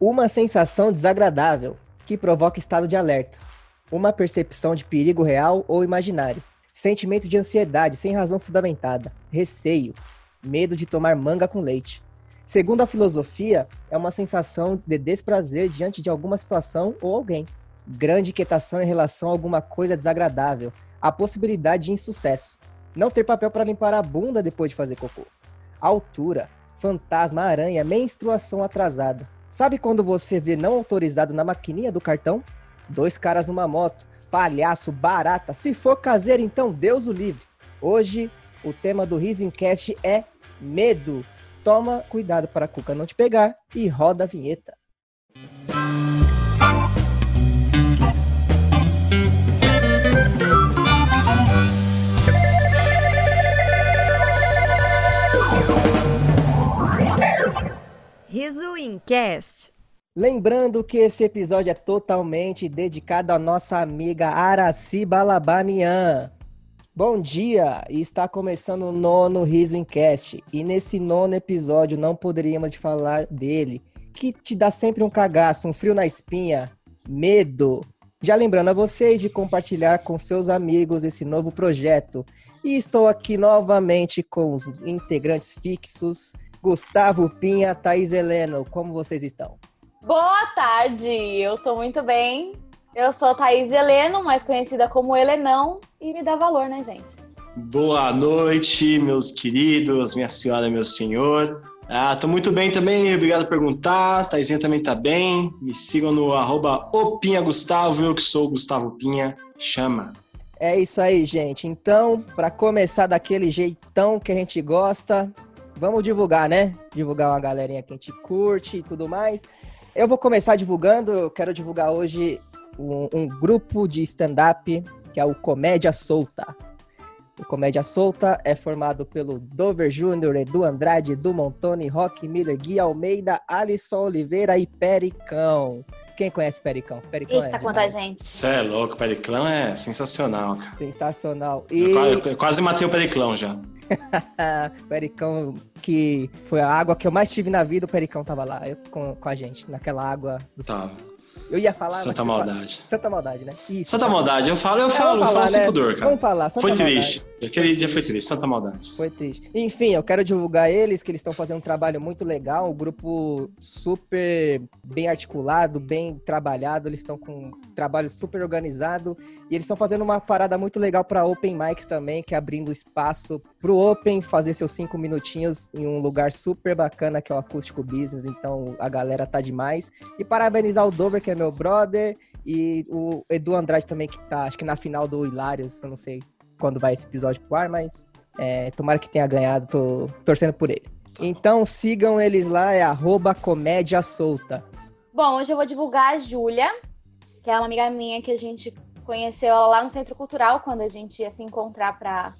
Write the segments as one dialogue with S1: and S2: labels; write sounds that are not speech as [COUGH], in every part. S1: Uma sensação desagradável que provoca estado de alerta. Uma percepção de perigo real ou imaginário. Sentimento de ansiedade sem razão fundamentada. Receio. Medo de tomar manga com leite. Segundo a filosofia, é uma sensação de desprazer diante de alguma situação ou alguém. Grande inquietação em relação a alguma coisa desagradável. A possibilidade de insucesso. Não ter papel para limpar a bunda depois de fazer cocô. Altura. Fantasma, aranha, menstruação atrasada. Sabe quando você vê não autorizado na maquininha do cartão? Dois caras numa moto, palhaço, barata. Se for caseiro, então Deus o livre. Hoje, o tema do Risencast é medo. Toma cuidado para a cuca não te pegar e roda a vinheta.
S2: Riso Incast.
S1: Lembrando que esse episódio é totalmente dedicado à nossa amiga Araci Balabanian. Bom dia! E está começando o nono Riso Incast. E nesse nono episódio não poderíamos de falar dele, que te dá sempre um cagaço, um frio na espinha, medo. Já lembrando a vocês de compartilhar com seus amigos esse novo projeto. E estou aqui novamente com os integrantes fixos, Gustavo Pinha, Thaís Heleno. Como vocês estão?
S3: Boa tarde, eu tô muito bem. Eu sou Thaís Heleno, mais conhecida como Helenão, e me dá valor, né, gente?
S4: Boa noite, meus queridos, minha senhora, meu senhor. Ah, tô muito bem também, obrigado por perguntar. Taizinha também tá bem. Me sigam no arroba opinhagustavo, eu que sou o Gustavo Pinha. Chama.
S1: É isso aí, gente. Então, para começar daquele jeitão que a gente gosta, vamos divulgar, né? Divulgar uma galerinha que a gente curte e tudo mais. Eu vou começar divulgando, eu quero divulgar hoje um, um grupo de stand-up que é o Comédia Solta. O Comédia Solta é formado pelo Dover Júnior, Edu Andrade, Edu Montoni, Rock Miller, Gui Almeida, Alisson Oliveira e Pericão. Quem conhece Pericão? Pericão
S3: Eita,
S1: é
S3: quanta
S1: demais.
S3: gente.
S4: Cê é louco, Periclão é sensacional, cara.
S1: Sensacional.
S4: Eu
S1: E
S4: qua- eu quase matei o Periclão já.
S1: Ah, Pericão, que foi a água que eu mais tive na vida, o Pericão tava lá eu- com, com a gente, naquela água. do-
S4: Tá,
S1: Eu ia falar... mas
S4: santa
S1: você-
S4: maldade.
S1: Santa maldade, né? Isso.
S4: Santa maldade, eu falo, eu
S1: É,
S4: falo, eu
S1: vamos
S4: falo
S1: falar,
S4: sem
S1: né?
S4: pudor, cara.
S1: Vamos falar, Santa
S4: Foi
S1: maldade.
S4: triste. Aquele dia foi triste, santa maldade.
S1: Foi triste. Enfim, eu quero divulgar eles, que eles estão fazendo um trabalho muito legal, um grupo super bem articulado, bem trabalhado, eles estão com um trabalho super organizado e eles estão fazendo uma parada muito legal para Open Mics também, que é abrindo espaço pro Open fazer seus cinco minutinhos em um lugar super bacana que é o Acústico Business, então a galera tá demais. E parabenizar o Dover, que é meu brother, e o Edu Andrade também, que tá, acho que na final do Hilários, eu não sei quando vai esse episódio pro ar, mas é, tomara que tenha ganhado, tô torcendo por ele.
S4: Tá bom.
S1: Então sigam eles lá, é arroba comédia solta.
S3: Bom, hoje eu vou divulgar a Júlia, que é uma amiga minha que a gente conheceu ela lá no Centro Cultural, quando a gente ia se encontrar pra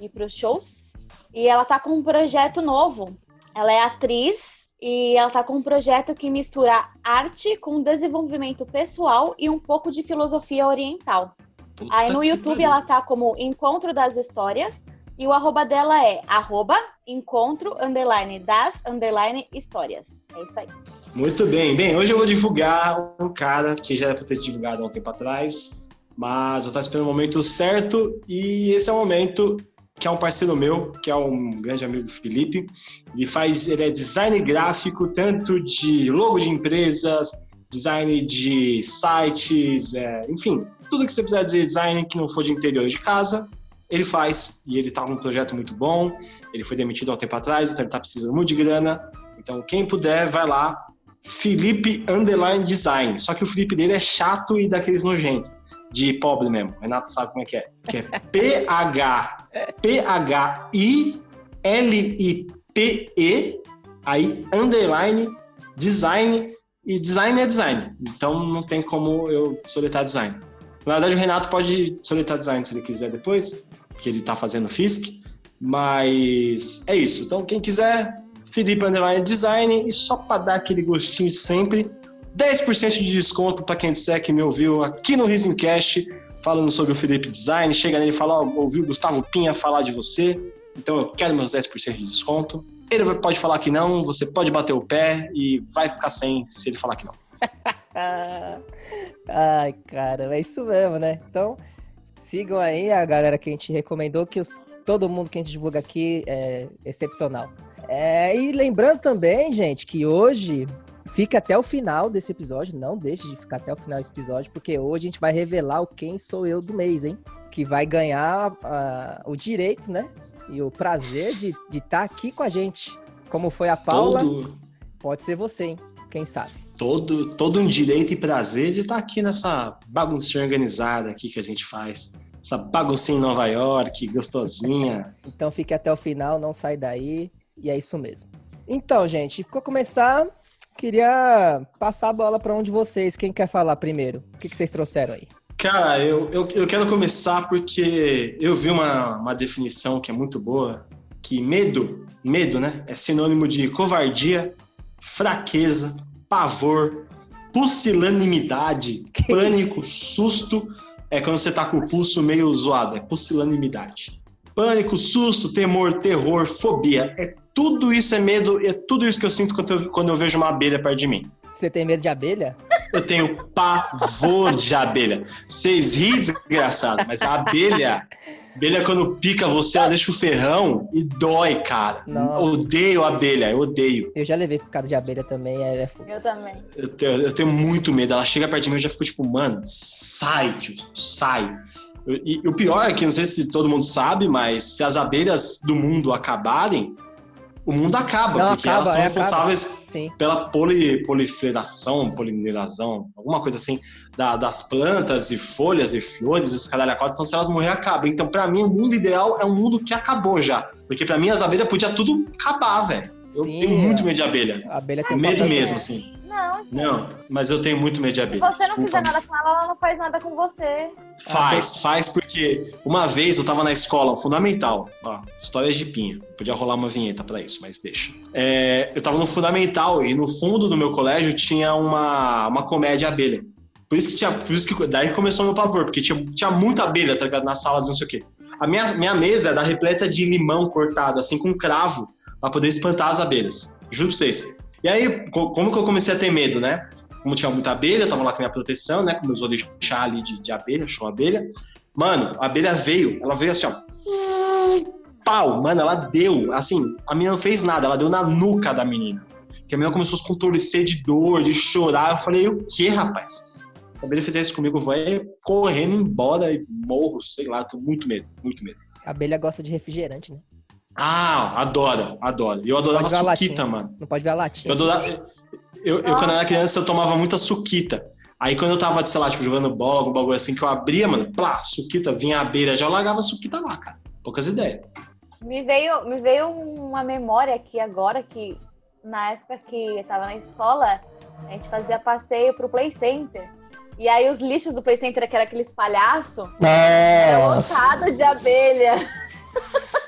S3: ir pros shows. E ela tá com um projeto novo. Ela é atriz e ela tá com um projeto que mistura arte com desenvolvimento pessoal e um pouco de filosofia oriental.
S4: Puta
S3: Aí no
S4: que
S3: YouTube
S4: pariu.
S3: ela tá como Encontro das Histórias e o arroba dela é arroba encontro underline das underline histórias. É isso aí.
S4: Muito bem. Bem, hoje eu vou divulgar um cara que já era pra ter divulgado há um tempo atrás, mas eu tava esperando o momento certo e esse é o momento que é um parceiro meu, que é um grande amigo do Felipe. Ele faz, ele é design gráfico, tanto de logo de empresas, design de sites, é, enfim, tudo que você precisar de design que não for de interior de casa, ele faz e ele tá com um projeto muito bom. Ele foi demitido há um tempo atrás, então ele tá precisando muito de grana. Então, quem puder, vai lá. Felipe Underline Design. Só que o Felipe dele é chato e daqueles nojentos. De pobre mesmo. O Renato sabe como é que é. Que é P-H. P-H-I-L-I-P-E. Aí, underline, design. E design é design. Então, não tem como eu soletar design. Na verdade, o Renato pode soletar design se ele quiser depois, porque ele tá fazendo FISC. Mas é isso. Então, quem quiser, Felipe Underline Design. E só para dar aquele gostinho sempre, 10% de desconto para quem disser que me ouviu aqui no Risencast falando sobre o Felipe Design. Chega nele e fala: ó, ouviu o Gustavo Pinha falar de você. Então eu quero meus 10% de desconto. Ele pode falar que não, você pode bater o pé e vai ficar sem se ele falar que não.
S1: Ah, Ai, cara, é isso mesmo, né? Então, sigam aí a galera que a gente recomendou, que os, todo mundo que a gente divulga aqui é excepcional. É, e lembrando também, gente, que hoje fica até o final desse episódio. Não deixe de ficar até o final desse episódio, porque hoje a gente vai revelar o Quem Sou Eu do mês, hein? Que vai ganhar uh, o direito, né? E o prazer de estar de tá aqui com a gente. Como foi a Paula,
S4: Todo,
S1: pode ser você, hein? Quem sabe?
S4: todo, todo um direito e prazer de estar aqui nessa baguncinha organizada aqui que a gente faz. Essa baguncinha em Nova York, gostosinha.
S1: Então fique até o final, não sai daí. E é isso mesmo. Então, gente, para começar, queria passar a bola para um de vocês. Quem quer falar primeiro? O que, que vocês trouxeram aí?
S4: Cara, eu, eu, eu quero começar porque eu vi uma, uma definição que é muito boa, que medo, medo, né? É sinônimo de covardia, fraqueza, pavor, pusilanimidade,
S1: Que
S4: pânico, susto. É quando você tá com o pulso meio zoado, é pusilanimidade. Pânico, susto, temor, terror, fobia. É tudo isso é medo, é tudo isso que eu sinto quando eu, quando eu vejo uma abelha perto de mim.
S1: Você tem medo de abelha?
S4: Eu tenho pavor de abelha. Vocês riem, desgraçado, mas a abelha, abelha quando pica você, ela deixa o ferrão e dói, cara.
S1: Não.
S4: Odeio abelha, eu odeio.
S1: Eu já levei picada de abelha também. É, é fogo.
S3: Eu também.
S4: Eu tenho, eu tenho muito medo. Ela chega perto de mim, eu já fico tipo, mano, sai, tio, sai. Eu- E, e o pior é que, não sei se todo mundo sabe, mas se as abelhas do mundo acabarem, o mundo acaba,
S1: Não,
S4: porque
S1: acaba,
S4: elas são
S1: é, acaba.
S4: responsáveis
S1: Sim.
S4: pela poli, proliferação, polineração, alguma coisa assim, da- das plantas e folhas e flores, os cadalhacotes, então se elas morrer, acaba. Então, pra mim, o mundo ideal é um mundo que acabou já. Porque pra mim, as abelhas podiam tudo acabar, velho. Eu
S1: Sim,
S4: tenho muito
S1: é.
S4: medo de abelha.
S1: A abelha tem um
S4: Medo
S1: papel-
S4: mesmo, assim.
S3: Não,
S4: Não, mas eu tenho muito medo de
S3: se
S4: abelha.
S3: você não
S4: desculpa,
S3: fizer
S4: amigo.
S3: nada com ela, ela não faz nada com você.
S4: Faz, faz, porque uma vez eu tava na escola, um fundamental, ó, histórias de pinha. Podia rolar uma vinheta pra isso, mas deixa. É, eu tava no fundamental e no fundo do meu colégio tinha uma, uma comédia abelha. Por isso que tinha, por isso que daí começou o meu pavor, porque tinha, tinha muita abelha, tá ligado? Nas salas, não sei o quê. A minha, minha mesa era repleta de limão cortado, assim, com cravo, pra poder espantar as abelhas. Juro pra vocês. E aí, co- como que eu comecei a ter medo, né? como tinha muita abelha, eu tava lá com a minha proteção, né? Com meus orixá ali de, de abelha, show abelha. Mano, a abelha veio, ela veio assim, ó. Pau! Mano, ela deu. Assim, a menina não fez nada, ela deu na nuca da menina. Que a menina começou a se contorcer de dor, de chorar. Eu falei, o que, rapaz? Se a abelha fizer isso comigo, eu vou é correndo embora e morro, sei lá, tô muito medo, muito medo.
S1: A abelha gosta de refrigerante, né?
S4: Ah, adoro, adoro. E eu adorava
S1: Pode dar latinha.
S4: suquita, mano.
S1: Não pode ver a latinha.
S4: Eu, adorava- eu, eu, quando eu era criança, eu tomava muita suquita. Aí quando eu tava, sei lá, tipo, jogando bola, algum bagulho assim, que eu abria, mano, plá, suquita, vinha a beira, já eu largava a suquita lá, cara. Poucas ideias.
S3: Me veio, me veio uma memória aqui agora que na época que eu tava na escola, a gente fazia passeio pro Play Center. E aí os lixos do Play Center, que era aqueles palhaço, era lotado de abelha.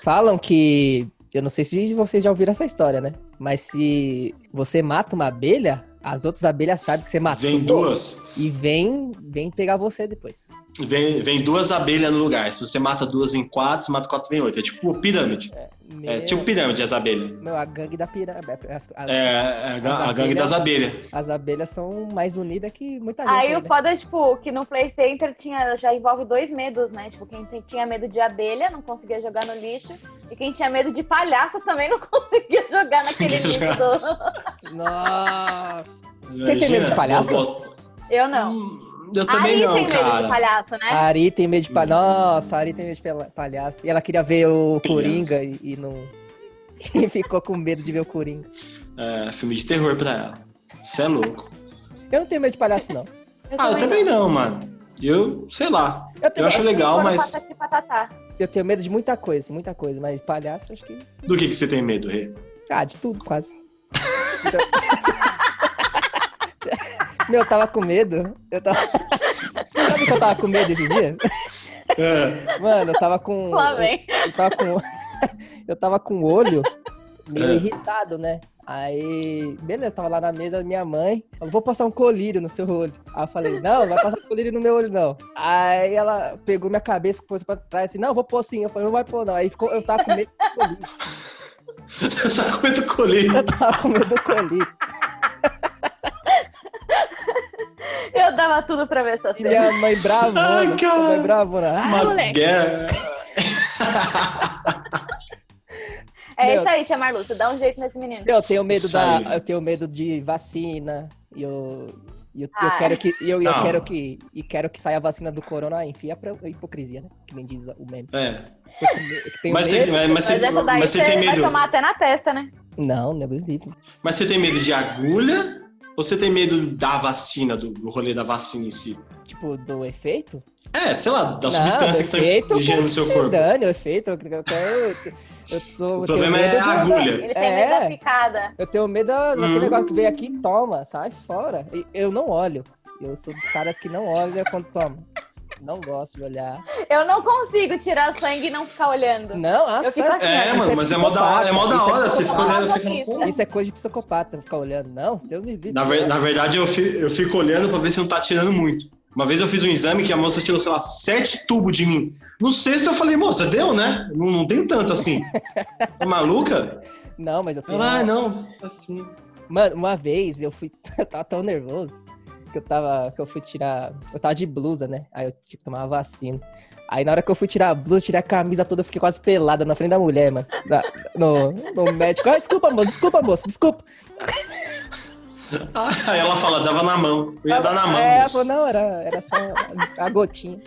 S1: Falam que. Eu não sei se vocês já ouviram essa história, né? Mas se você mata uma abelha, as outras abelhas sabem que você matou.
S4: Vem duas,
S1: E vem, vem pegar você depois.
S4: vem, vem duas abelhas no lugar. Se você mata duas em quatro, se mata quatro, vem oito. É tipo pirâmide.
S1: Meu,
S4: É tipo pirâmide as abelhas.
S1: meu, a gangue da pirâmide. As, as-
S4: É, é a, ga- a gangue das abelhas.
S1: as abelhas são mais unidas que muita gente.
S3: Aí
S1: aí,
S3: o
S1: né?
S3: foda, é, tipo, que no Play Center tinha, já envolve dois medos, né? Tipo, quem t- tinha medo de abelha não conseguia jogar no lixo. E quem tinha medo de palhaço também não [LAUGHS] conseguia jogar naquele lixo. do-
S1: Nossa! Vocês têm medo de palhaço?
S3: Eu não.
S4: Hum, Eu
S3: Aí
S4: também
S3: tem
S4: não,
S3: medo de
S4: cara.
S3: palhaço, né?
S1: A Ari tem medo de palhaço. Nossa, a Ari tem medo de pela- palhaço. E ela queria ver o
S4: Criança.
S1: Coringa e, e não. [LAUGHS] E ficou com medo de ver o Coringa.
S4: É, filme de terror pra ela. Você é louco.
S1: Eu não tenho medo de palhaço, não.
S4: Ah, eu também não, mano. Eu, sei lá.
S1: Eu tenho,
S4: Eu acho legal,
S3: Quando
S4: mas.
S3: patati patatá.
S1: eu tenho medo de muita coisa, muita coisa, mas palhaço acho que.
S4: Do que, que você tem medo, Rê?
S1: Ah, de tudo, quase. Então- [LAUGHS] Meu, eu tava com medo. Eu tava. Sabe o que eu tava com medo esses dias?
S4: É, [LAUGHS]
S1: Mano, eu tava com.
S3: Lá vem. [LAUGHS]
S1: Eu tava com, [LAUGHS] eu tava com o olho meio
S4: É.
S1: irritado, né? Aí, beleza, tava lá na mesa minha mãe. Falou, vou passar um colírio no seu olho. Aí eu falei, não, não vai passar colírio no meu olho, não. Aí ela pegou minha cabeça, pôs pra trás assim, não, vou pôr sim. Eu falei, não vai pôr, não. Aí ficou, eu tava com medo de colírio.
S4: Eu tava com medo do colírio.
S1: Eu tava com medo do colírio.
S3: Eu dava tudo pra ver essa
S1: E
S3: cena.
S1: minha mãe bravona.
S4: Ai,
S1: minha
S4: cara.
S1: mãe bravona. né? Ah,
S4: Uma
S1: moleque.
S4: guerra.
S3: É
S1: Meu-
S3: isso aí, tia Marlu. Você dá um jeito nesse menino.
S1: Eu tenho medo
S4: Sai.
S1: da, eu tenho medo de vacina. E eu, e eu, eu
S3: Ah.
S1: quero que e eu, eu
S4: Não.
S1: quero que e quero que saia a vacina do corona, Ah, enfim, é pra é hipocrisia, né? Que nem diz o meme.
S4: É.
S1: Eu tenho medo- eu tenho
S4: Mas você,
S1: medo-
S4: mas,
S3: Mas
S4: você,
S3: essa daí
S4: mas você tem
S3: vai
S4: medo.
S3: tomar até na testa, né?
S1: Não, não é possível.
S4: Mas você tem medo de agulha? Ou você tem medo da vacina, do, do rolê da vacina em si?
S1: Tipo, do efeito?
S4: É, sei lá, da
S1: Não,
S4: substância
S1: do
S4: que tá
S1: efeito,
S4: ingerindo no
S1: eu
S4: seu
S1: quero que
S4: corpo.
S1: se dane, o efeito, eu quero- eu quero- eu tô- eu tenho
S4: problema é
S1: medo
S4: a
S1: da-
S4: agulha.
S3: Ele tem medo
S1: É.
S3: da picada.
S1: Eu tenho medo da- daquele
S4: Hum.
S1: negócio que veio aqui e toma, sai fora. E Eu não olho. Eu sou dos caras que não olham quando toma. Não gosto de olhar.
S3: Eu não consigo tirar sangue e não ficar olhando.
S1: Não, ah,
S3: Eu fico
S1: sai-
S3: assim,
S4: É,
S1: isso
S4: mano, mas é mó da hora, é mó da
S1: psicopata, isso
S4: hora.
S1: é
S4: Você fica olhando, você fala,
S3: psicopata.
S4: pô,
S1: Isso é coisa de psicopata, ficar olhando. Não, Deus me livre.
S4: Na, ver- na verdade, eu, fi- eu fico olhando pra ver se não tá tirando muito. Uma vez eu fiz um exame que a moça tirou, sei lá, sete tubos de mim. No sexto eu falei, moça, deu, né? Não, não tem
S1: [LAUGHS]
S4: tanto assim. Tá maluca?
S1: Não, mas eu tenho.
S4: Ela, ah, não, assim.
S1: Mano, uma vez eu fui. [LAUGHS] eu tava tão nervoso que eu tava. Que eu fui tirar. Eu tava de blusa, né? Aí eu tinha que tomar uma vacina. Aí na hora que eu fui tirar a blusa, tirei a camisa toda, eu fiquei quase pelada na frente da mulher, mano. Da- no, no médico. Ah, desculpa, moço, desculpa, moço, desculpa.
S4: Aí ela fala, dava na mão. Eu ia dar na mão.
S1: É, ela
S4: moça.
S1: falou, não, era, era só a gotinha.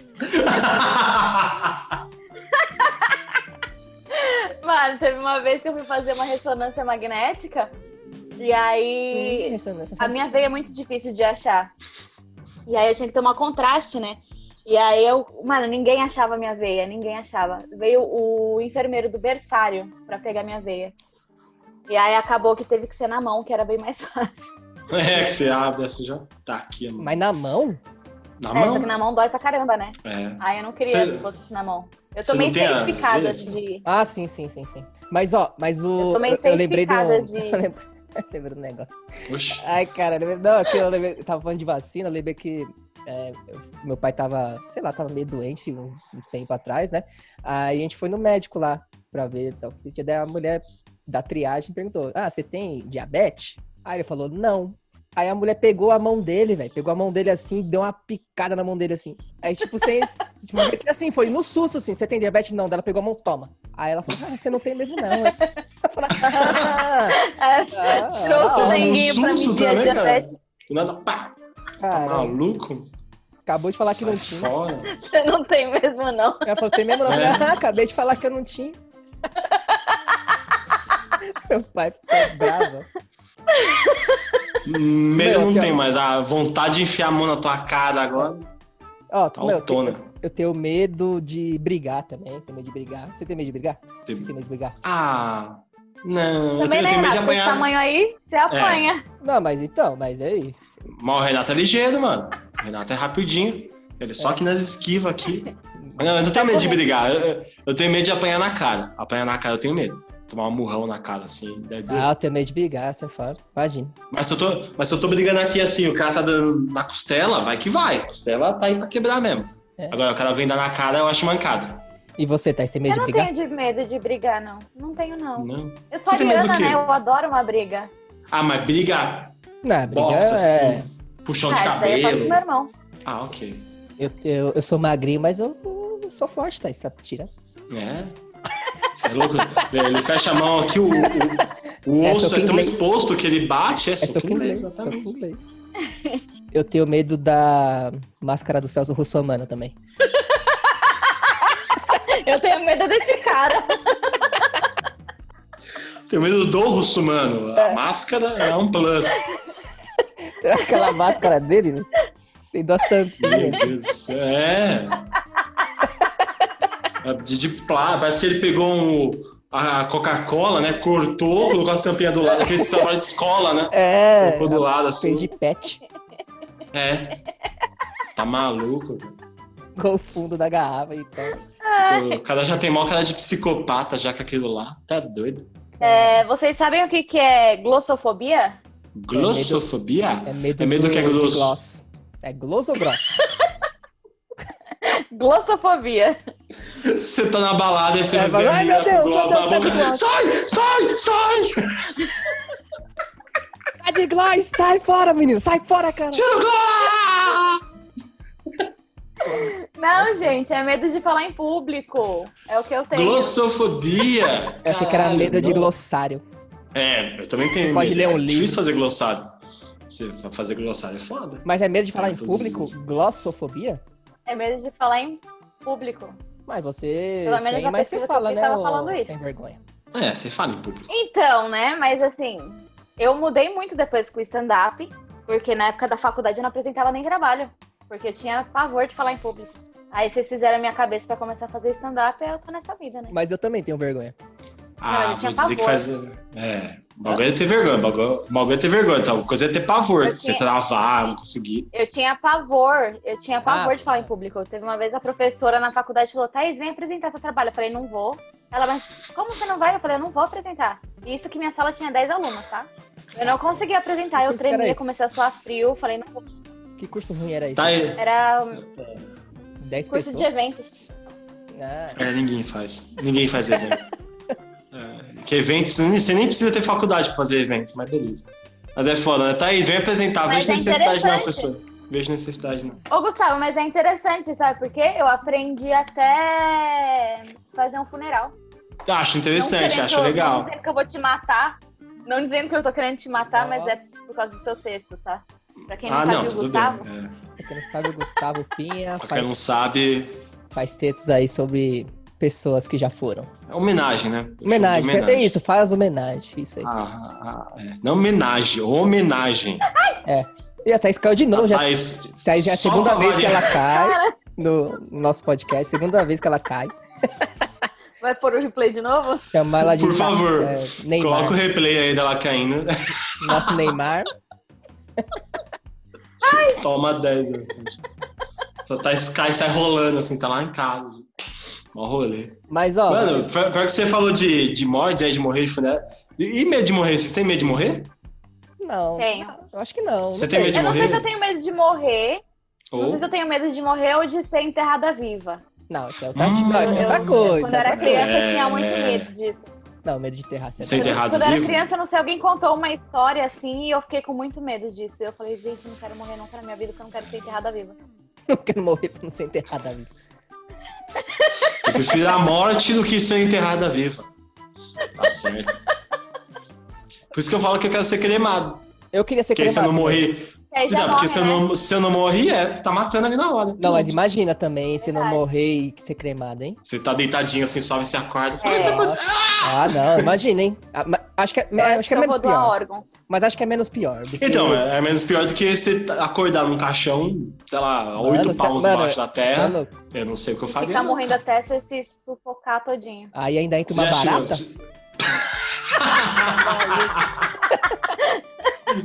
S3: Mano, teve uma vez que eu fui fazer uma ressonância magnética. E aí.
S1: Essa- essa-
S3: A minha veia é muito difícil de achar. E aí eu tinha que tomar contraste, né? E aí eu, mano, ninguém achava a minha veia, ninguém achava. Veio o enfermeiro do berçário pra pegar minha veia. E aí acabou que teve que ser na mão, que era bem mais [LAUGHS] fácil.
S4: [LAUGHS] É, que você abre assim já. Tá aqui, a mão.
S1: Mas na mão?
S4: Na
S3: é, só
S4: mão?
S3: que na mão dói pra caramba, né?
S4: É.
S3: Aí eu não queria
S4: Cê-
S3: que fosse na mão. Eu
S4: Cê
S3: tomei
S4: não tem
S3: seis
S4: a
S3: picadas
S4: veia?
S3: de.
S1: Ah, sim, sim, sim, sim. Mas ó, mas o.
S3: Eu tomei seis
S1: lembrei do.
S3: picadas de-
S1: Eu lembro- eu [LAUGHS] lembro do negócio.
S4: Oxi.
S1: Ai, cara, eu lembrei- não, aqui eu lembrei, eu tava falando de vacina, eu lembrei que é, eu- meu pai tava, sei lá, tava meio doente uns, uns tempo atrás, né? Aí a gente foi no médico lá pra ver, então, que tinha- daí a mulher da triagem perguntou, ah, você tem diabetes? Aí ele falou, não. Aí a mulher pegou a mão dele, velho, pegou a mão dele assim, deu uma picada na mão dele assim. Aí, tipo, sem, [LAUGHS] tipo, meio que assim, foi no susto, assim, você tem diabetes? Não, daí ela pegou a mão, toma. Aí ela falou, ah, você não tem mesmo não. [LAUGHS] Eu falei, ah,
S3: [LAUGHS] É,
S1: ah,
S3: trouxe
S1: ah,
S3: o
S4: um
S3: denguinho pra
S4: susto
S3: mim dia
S4: também, cara.
S3: 17.
S4: Do nada, pá. Tá
S1: é cara,
S4: maluco?
S1: acabou de falar que
S4: Sai
S1: não tinha.
S4: Fora.
S3: Você não tem mesmo, não.
S1: Ela falou, tem mesmo não? Eu falei,
S4: É.
S1: ah, [LAUGHS] acabei de falar que eu não tinha. [LAUGHS] Meu pai ficou bravo.
S4: Medo
S1: aqui,
S4: Hum, não
S1: ó.
S4: tem mais. A vontade de enfiar a mão na tua cara agora
S1: Ó,
S4: tá
S1: meu, eu, tenho,
S4: autona.
S1: eu tenho medo de brigar também. Tenho medo de brigar. Você tem medo de brigar? Você tem medo de brigar?
S4: Ah, não.
S3: Também,
S4: Eu tenho, eu
S3: né,
S4: tenho medo de É.
S3: Renato? Com esse
S4: apanhar.
S3: tamanho aí, você apanha.
S1: Não, mas então, mas aí.
S4: Mas o Renato é ligeiro, mano. O Renato é rapidinho. Ele é
S1: É.
S4: só que nas
S3: [LAUGHS]
S4: esquivas aqui. Não, eu não tenho medo de brigar. Eu, eu- eu tenho medo de apanhar na cara. Apanhar na cara eu tenho medo. Tomar um murrão na cara, assim. deve doer.
S1: Ah, eu tenho medo de brigar, você fala. Imagina.
S4: Mas, se eu tô, mas se eu tô brigando aqui, assim, o cara tá dando na costela, vai que vai. Costela tá aí pra quebrar mesmo.
S1: É.
S4: Agora, o cara vem dar na cara, eu acho mancada.
S1: E você, Thais, tem medo
S3: Eu
S1: de
S3: não
S1: brigar?
S3: tenho de medo de brigar, não. Não tenho, não.
S4: Não.
S3: Eu sou
S4: Você tem medo do
S3: ariana,
S4: quê?
S3: né? Eu adoro uma briga.
S4: Ah, mas briga
S1: Não, brigar
S4: box,
S1: é.
S4: assim. Puxão de
S3: Ah, isso daí eu faço com
S4: cabelo.
S3: meu irmão.
S4: Ah, ok.
S1: Eu, eu, eu sou magrinho, mas eu, eu sou forte, Thais. Tá tirando.
S4: É. Você é louco? ele fecha a mão aqui, o, o, o
S1: É,
S4: osso
S1: soco
S4: é, tão
S1: inglês.
S4: exposto que ele bate, é,
S1: É
S4: soco
S1: soco inglês.
S4: inglês,
S1: Soco
S4: exatamente.
S1: inglês. Eu tenho medo da máscara do Celso Russomano também.
S3: [LAUGHS] Eu tenho medo desse cara.
S4: Tenho medo do russo, mano. A
S1: É.
S4: máscara é um plus.
S1: Aquela máscara dele, né? Tem duas
S4: Meu
S1: tampinhas.
S4: Deus. do céu, É. É De, de plá, parece que ele pegou um, a Coca-Cola, né? Cortou, colocou as tampinhas do lado. Aquele trabalho de escola, né?
S1: É,
S4: colocou do lado assim.
S1: fez de pet
S4: É. Tá maluco. cara.
S1: com o fundo da garrafa então. e tal. É.
S4: O cara já tem mó cara de psicopata já com aquilo lá. Tá doido.
S3: [LAUGHS] É, vocês sabem o que, que é glossofobia?
S4: Glossofobia?
S1: É medo,
S4: É medo que é
S1: de
S4: grosso.
S1: gloss. É gloss ou gross?
S3: Glossofobia.
S4: Você tá na balada e você
S1: Ela
S4: vê
S1: fala,
S4: a
S1: É, "Ai,
S4: menina
S1: meu Deus,
S4: com gloss
S1: onde
S4: na
S1: é o pé de
S4: boca.
S1: gloss?"
S4: Sai, sai, sai!
S1: Tá de gloss, sai fora, menino. Sai fora, cara.
S4: Tira o gloss!
S3: Não, gente, é medo de falar em público. É o que eu tenho.
S4: Glossofobia!
S1: Eu achei que era
S4: Caralho,
S1: medo de
S4: não.
S1: glossário.
S4: É, eu também tenho
S1: Pode
S4: medo.
S1: ler um
S4: É
S1: livro.
S4: Difícil fazer glossado. Você fazer glossado é foda.
S1: Mas é medo de falar em
S4: Tantos
S1: público? Glossofobia?
S3: É medo de falar em público.
S1: Mas você.
S3: Pelo menos
S1: tem,
S3: na
S1: mas você
S3: pesquisa que eu
S1: fala,
S3: fiz,
S1: né?
S3: tava
S1: ô
S3: falando isso.
S1: Sem vergonha.
S4: É, você fala em público.
S3: Então, né? Mas assim, eu mudei muito depois com o stand-up, porque na época da faculdade eu não apresentava nem trabalho, porque eu tinha pavor de falar em público. Aí vocês fizeram a minha cabeça pra começar a fazer stand-up, aí eu tô nessa vida, né?
S1: Mas eu também tenho vergonha.
S4: Ah,
S3: eu
S4: vou
S3: tinha
S4: dizer que
S3: pavor.
S4: faz. É. O bagulho é ter vergonha, o bagulho o bagulho é ter vergonha, tá? Uma coisa é ter pavor,
S3: Eu
S4: você
S3: tinha-
S4: travar, não conseguir.
S3: Eu tinha pavor, eu tinha pavor
S1: Ah.
S3: de falar em público. Teve uma vez a professora na faculdade falou: Thaís, vem apresentar seu trabalho. Eu falei: não vou. Ela, mas como você não vai? Eu falei: eu não vou apresentar. E Isso que minha sala tinha 10 alunos, tá? Eu não conseguia apresentar, eu
S1: Por que era
S3: tremia,
S1: isso?
S3: comecei a suar frio, falei: não vou.
S1: Que curso ruim era esse?
S4: Tá aí.
S3: Era
S1: 10
S3: curso
S1: pessoas.
S3: de eventos.
S1: Ah,
S4: É, ninguém faz. Ninguém faz
S1: [LAUGHS]
S4: evento. é, que evento, você nem- você nem precisa ter faculdade pra fazer evento, mas beleza. Mas é foda, né? Thaís, vem apresentar,
S3: Mas
S4: vejo
S3: é
S4: necessidade não,
S3: interessante.
S4: professor. Vejo necessidade não.
S3: Ô, Gustavo, mas é interessante, sabe? Porque eu aprendi até fazer um funeral.
S4: Acho
S3: Não
S4: interessante,
S3: querendo-
S4: acho
S3: Não
S4: legal.
S3: dizendo que eu vou te matar. Não dizendo que eu tô querendo te matar, mas é por causa do seu texto, tá? Pra quem não
S4: Ah,
S3: sabe
S4: não,
S3: o
S4: tudo
S3: Gustavo,
S4: bem. É,
S1: pra quem não sabe, o Gustavo Pinha
S4: pra quem não
S1: Ah, faz,
S4: sabe,
S1: faz textos aí sobre pessoas que já foram.
S4: é homenagem, né? Eu chamo de
S1: Homenagem, homenagem. tem isso, faz homenagem. Isso aí.
S4: Ah, ah, ah, é. Não homenagem, homenagem.
S1: E a Thaís caiu de novo, já
S4: Mas
S1: Thaís já é a
S4: Só
S1: segunda
S4: uma
S1: vez que
S4: varia-
S1: ela cai no no nosso podcast, segunda vez que ela cai.
S3: vai pôr o replay de novo?
S1: Chamar ela de
S4: Por favor,
S1: é, Neymar,
S4: coloca o replay aí dela caindo. [LAUGHS]
S1: nosso Neymar.
S4: Toma 10. né? Só tá Sky sai rolando assim, tá lá em casa. Mó rolê.
S1: Mas ó,
S4: Mano,
S1: vocês-
S4: pior pior que você falou de, de morte, aí de morrer de funeral. E e medo de morrer? Vocês têm medo de morrer?
S1: não,
S3: Tenho.
S1: eu acho que não. não
S4: Você tem
S1: sei.
S4: medo de
S3: eu não sei
S4: morrer?
S3: se eu tenho medo de morrer. Não
S4: Ou...
S3: sei se eu tenho medo de morrer ou de ser enterrada viva.
S1: Não, isso é outra,
S4: Hum,
S1: não, isso é outra
S3: eu,
S1: coisa.
S3: Quando eu era
S1: outra
S3: criança,
S4: É,
S3: eu tinha muito
S4: é.
S3: medo disso.
S1: coisa. Não, [LAUGHS] medo de enterrar. isso é
S4: Sem
S1: outra
S4: enterrado
S3: Quando eu era
S4: vivo?
S3: criança, não sei, alguém contou uma história assim e eu fiquei com muito medo disso. E eu falei, gente, não quero morrer nunca na minha vida, porque eu não quero ser enterrada viva.
S1: coisa. Não quero morrer pra não ser enterrada. viu?
S4: Eu prefiro a morte do que ser enterrada viva. Tá certo. Por isso que eu falo que eu quero ser cremado.
S1: Eu queria ser
S4: Porque aí se eu não
S1: cremado.
S4: morrer.
S3: E aí já
S4: Já, porque
S3: morre,
S4: se eu,
S3: né?
S4: não, se eu não morrer, é, tá matando ali na hora.
S1: Não, mas imagina também se não
S3: Verdade.
S1: morrer e ser cremado, hein?
S4: Você tá deitadinho assim, suave, você acorda. e fala,
S3: É.
S4: "Ai, tá acontecendo?"
S1: Nossa. Ah, não, imagina, hein? Ah, mas Acho que, é-
S3: Eu
S1: acho que é
S3: eu
S1: menos
S3: vou doar
S1: pior.
S3: órgãos.
S1: Mas acho que é menos pior. porque-
S4: Então, é é menos pior do que você t- acordar num caixão, sei lá, a
S1: Mano,
S4: oito
S1: cê-
S4: palmos
S1: mano,
S4: embaixo da
S1: cê é
S4: terra.
S1: louco.
S4: Eu não sei o que eu
S3: E
S4: faria.
S3: ficar
S4: não.
S3: morrendo até você se sufocar todinho.
S1: Aí ainda entra
S4: Você
S1: uma
S4: já chegou-
S1: barata.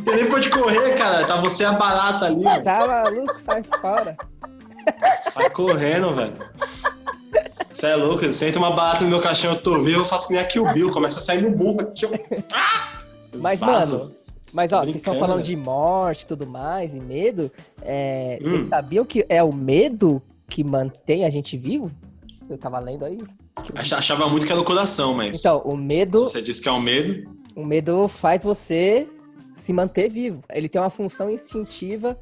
S4: Você nem pode correr, cara. Tá você a barata ali. velho.
S1: Sai é maluco, sai fora.
S4: Sai correndo, velho. Você é louco. Você entra uma barata no meu caixão, eu tô vivo, eu faço que nem a Kill Bill. Começa a sair no burro aqui. ó. Ah!
S1: [LAUGHS]
S4: Eu
S1: Mas,
S4: faço.
S1: mano, Mas ó, vocês estão
S4: Brincando, né?
S1: falando
S4: velho.
S1: de morte e tudo mais, e medo. É, Vocês
S4: Hum.
S1: sabiam que é o medo que mantém a gente vivo? Eu tava lendo aí.
S4: Ach- Achava muito que era o coração, mas.
S1: Então, o
S4: se
S1: medo,
S4: É você disse que é o medo.
S1: o medo faz você se manter vivo. Ele tem uma função instintiva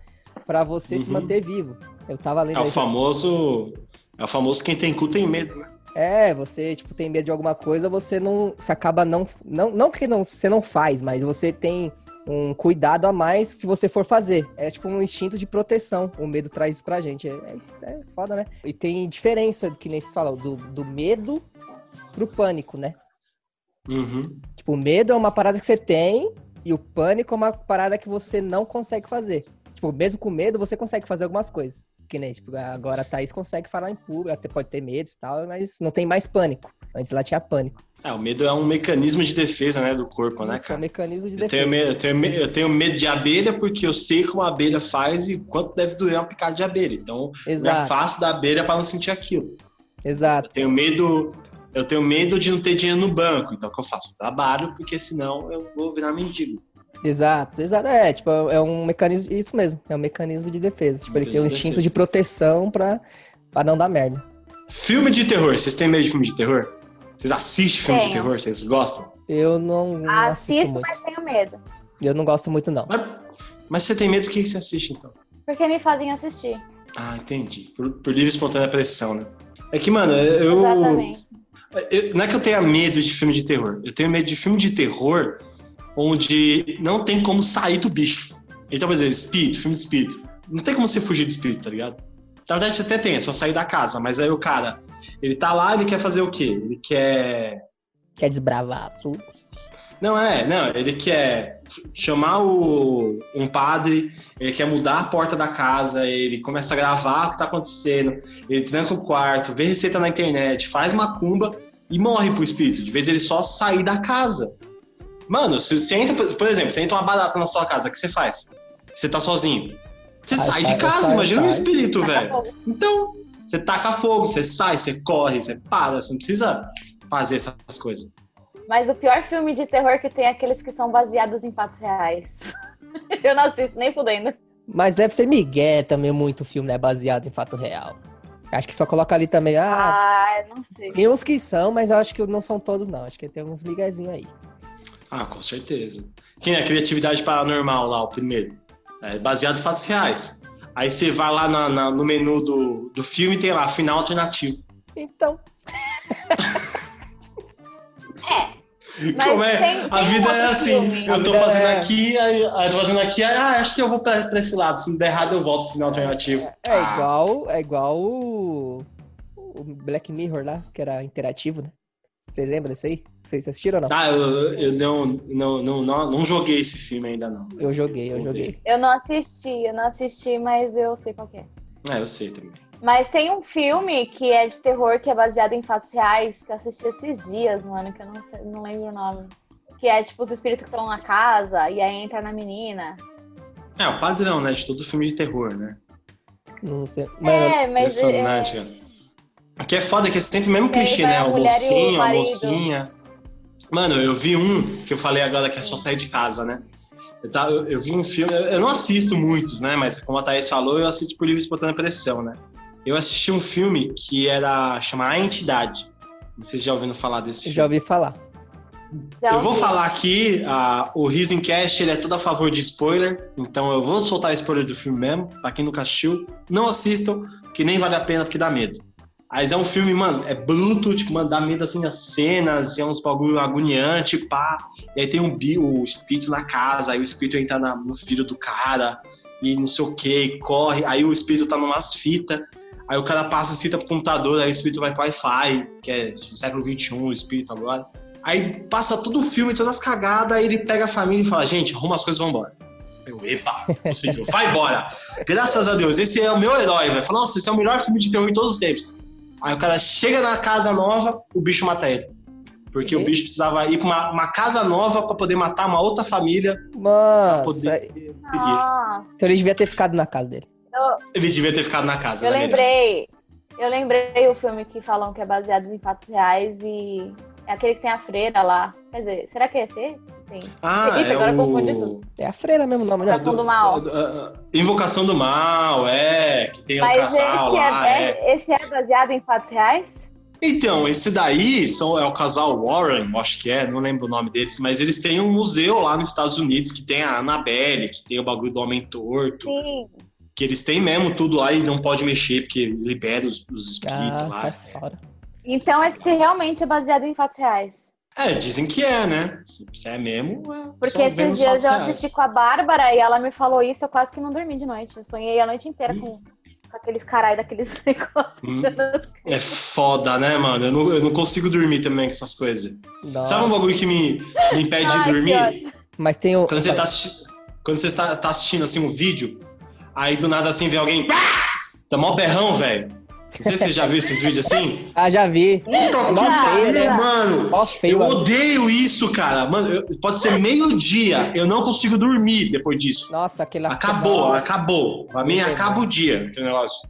S1: pra você se
S4: Uhum.
S1: manter vivo. Eu tava lendo
S4: É o
S1: aí.
S4: famoso. É o famoso quem tem cu tem medo, né?
S1: É, você, tipo, tem medo de alguma coisa, você não. Você acaba não. Não, não que não, você não faz, mas você tem um cuidado a mais se você for fazer. É tipo um instinto de proteção. O medo traz isso pra gente. É, é, é foda, né? E tem diferença, que nem se fala, do, do medo pro pânico, né?
S4: Uhum.
S1: Tipo, o medo é uma parada que você tem e o pânico é uma parada que você não consegue fazer. Tipo, mesmo com medo, você consegue fazer algumas coisas. Que nem, tipo, agora a Thaís consegue falar em público, até pode ter medo e tal, mas não tem mais pânico. Antes ela tinha pânico.
S4: É, o medo é um mecanismo de defesa, né, do corpo, né,
S1: Isso é um
S4: cara?
S1: mecanismo de
S4: Eu
S1: defesa.
S4: tenho, medo, eu, tenho medo, eu tenho medo de abelha porque eu sei como a abelha faz e quanto deve durar uma picada de abelha. Então, eu me
S1: Exato,
S4: afasto da abelha para não sentir aquilo.
S1: exato.
S4: Eu tenho medo, eu tenho medo de não ter dinheiro no banco. Então, o que eu faço? Eu trabalho porque senão eu vou virar mendigo.
S1: Exato, exato. É, tipo, é um mecanismo. Isso mesmo, é um mecanismo de defesa. Tipo, ele tem um
S4: Mecanismo de
S1: instinto
S4: defesa.
S1: de proteção pra, pra não dar merda.
S4: Filme de terror. Vocês têm medo de filme de terror? Vocês assistem filme de
S3: Tenho.
S4: terror? Vocês gostam?
S1: Eu não, não
S3: Ah,
S1: assisto
S3: Assisto,
S1: muito.
S3: mas tenho medo.
S1: Eu não gosto muito, não.
S4: Mas, mas você tem medo, por que que você assiste então?
S3: Porque me fazem assistir.
S4: Ah, entendi. Por, por livre e espontânea pressão, né? É que, mano, eu.
S3: Exatamente.
S4: Eu- não é que eu tenha medo de filme de terror. Eu tenho medo de filme de terror onde não tem como sair do bicho. Então, por exemplo, espírito, filme de espírito. Não tem como você fugir do espírito, tá ligado? Na verdade, até tem, é só sair da casa. Mas aí o cara, ele tá lá, ele quer fazer o quê? Ele quer.
S1: Quer desbravar tudo.
S4: Não, é, não, ele quer chamar o, um padre, ele quer mudar a porta da casa, ele começa a gravar o que tá acontecendo, ele tranca o quarto, vê receita na internet, faz macumba e morre pro espírito. De vez ele só sair da casa. Mano, se você entra, por por exemplo, você entra uma barata na sua casa, o que você faz? Você tá sozinho. Você
S1: Ah,
S4: sai
S1: sai,
S4: de casa,
S1: sai,
S4: imagina um
S1: sai.
S4: espírito,
S3: Taca
S4: velho.
S3: fogo.
S4: Então, você taca fogo, você sai, você corre, você para, você não precisa fazer essas coisas.
S3: Mas o pior filme de terror que tem é aqueles que são baseados em fatos reais. [LAUGHS] Eu não assisto nem fudendo.
S1: Mas deve ser Miguel também, muito filme, né? Baseado em fato real. Acho que só coloca ali também. Ah,
S3: Ah, eu não sei.
S1: tem uns que são, mas eu acho que não são todos, não. Acho que tem uns miguezinhos aí.
S4: Ah, com certeza. Quem é criatividade paranormal lá, o primeiro? É baseado em fatos reais. Aí você vai lá na- na- no menu do, do filme e tem lá, final alternativo.
S1: Então,
S3: Mas
S4: Como é?
S3: tem-
S4: a
S3: tem
S4: vida
S3: um
S4: é
S3: outro
S4: assim.
S3: filme.
S4: Eu tô
S1: A vida
S4: fazendo
S1: é-
S4: aqui, aí, aí eu tô fazendo aqui, aí, ah, acho que eu vou pra, pra esse lado. Se não der errado, eu volto pro final alternativo.
S1: é igual, é igual o, o Black Mirror lá, que era interativo, né? Vocês lembram disso aí? Vocês assistiram ou não?
S4: Ah, eu, eu não, não, não, não, não joguei esse filme ainda, não.
S1: Eu joguei, eu
S4: Vou ver.
S1: joguei.
S3: Eu não assisti, eu não assisti, mas eu sei qual que é.
S4: Ah, eu sei também.
S3: Mas tem um filme que é de terror, que é baseado em fatos reais, que eu assisti esses dias, mano, que eu não, sei- não lembro o nome. Que é tipo os espíritos que estão na casa e aí entra na menina.
S4: É, o padrão, né? De todo filme de terror, né?
S1: Não sei. Mano,
S3: é, mas.
S4: Impressionante,
S3: é,
S4: cara. O que é foda é que é sempre o mesmo
S3: E aí
S4: clichê,
S3: vai
S4: né?
S3: a
S4: O
S3: mulher e o
S4: mocinho, a
S3: marido.
S4: mocinha. Mano, eu vi um que eu falei agora que é só sair de casa, né? Eu, tava- eu- eu vi um filme, eu, eu não assisto muitos, né? Mas como a Thaís falou, eu assisto por livre e espontânea pressão, né? Eu assisti um filme que era chamar A Entidade. Não sei se já ouviram falar desse
S1: eu
S4: filme.
S1: já ouvi falar.
S3: já
S4: Eu vou
S3: ouvi.
S4: falar aqui, a- o Risencast ele é todo a favor de spoiler, então eu vou soltar spoiler do filme mesmo, pra quem nunca assistiu, não assistam, que nem vale a pena porque dá medo. Mas é um filme, mano, é bruto, tipo, mano, dá medo assim as cenas, é uns bagulho agoniante, pá. E aí tem um bi, o espírito na casa, aí o espírito entra na- no filho do cara, e não sei o que, e corre, aí o espírito tá numas fitas, aí o cara passa as fitas pro computador, aí o espírito vai pro Wi-Fi, que é século XXI, o espírito agora. Aí passa todo o filme, todas as cagadas, aí ele pega a família e fala, gente, arruma as coisas e vambora. Eu, epa, possível, vai embora. Graças a Deus, esse é o meu herói, vai falar, nossa, esse é o melhor filme de terror de todos os tempos. Aí o cara chega na casa nova, o bicho mata ele. Porque
S1: E?
S4: o bicho precisava ir pra uma, uma casa nova pra poder matar uma outra família.
S1: Mano,
S4: Poder-
S3: Ah.
S4: Seguir.
S3: Nossa,
S1: então ele devia ter ficado na casa dele.
S4: Ele devia ter ficado na casa.
S3: eu
S4: né,
S3: lembrei. Eu lembrei o filme que falam que é baseado em fatos reais e. É aquele que tem a freira lá. Quer dizer, será que é esse? Tem.
S4: Ah,
S3: Isso,
S4: é
S3: agora eu confundi
S4: o...
S3: tudo.
S1: É a freira mesmo o nome, né?
S3: Tá Invocação do Mal.
S4: do- ah, Invocação do Mal, é. Que tem o casal
S3: esse,
S4: lá,
S3: é,
S4: é.
S3: é- esse é baseado em fatos reais?
S4: Então, esse daí são, é o casal Warren, eu acho que é, não lembro o nome deles, mas eles têm um museu lá nos Estados Unidos que tem a Annabelle, que tem o bagulho do Homem Torto,
S3: Sim.
S4: que eles têm mesmo tudo lá e não pode mexer porque libera os, os espíritos
S1: Ah, sai
S3: é
S4: lá. é.
S1: fora.
S3: Então esse realmente é baseado em fatos reais.
S4: É, dizem que é, né? Se, se é mesmo, é.
S3: Porque
S4: só vendo
S3: esses
S4: os
S3: dias
S4: fatos
S3: eu
S4: reais.
S3: assisti com a Bárbara e ela me falou isso, eu quase que não dormi de noite. Eu sonhei a noite inteira com, com aqueles carai daqueles [LAUGHS] negócios.
S4: Hum. É foda, né, mano? Eu não, eu não consigo dormir também com essas coisas.
S1: Nossa.
S4: Sabe um bagulho que me, me impede
S3: Ai,
S4: de
S3: que
S4: dormir?
S3: ódio.
S1: Mas tem um- o.
S4: Quando você tá assistindo, quando você tá, tá assistindo assim um vídeo, aí do nada assim vem alguém, pá! tá mó berrão, velho. Não sei se você já viu esses vídeos assim.
S1: Ah, já vi.
S4: Puta que
S1: Nossa,
S4: pariu,
S1: né?
S4: mano.
S1: Ó,
S4: Eu
S1: feio. a-
S4: odeio isso, cara. Mano, eu- pode ser meio-dia, eu não consigo dormir depois disso.
S1: Nossa, aquele lá-
S4: Acabou,
S1: Nossa.
S4: acabou. Pra mim, acaba o dia, aquele negócio.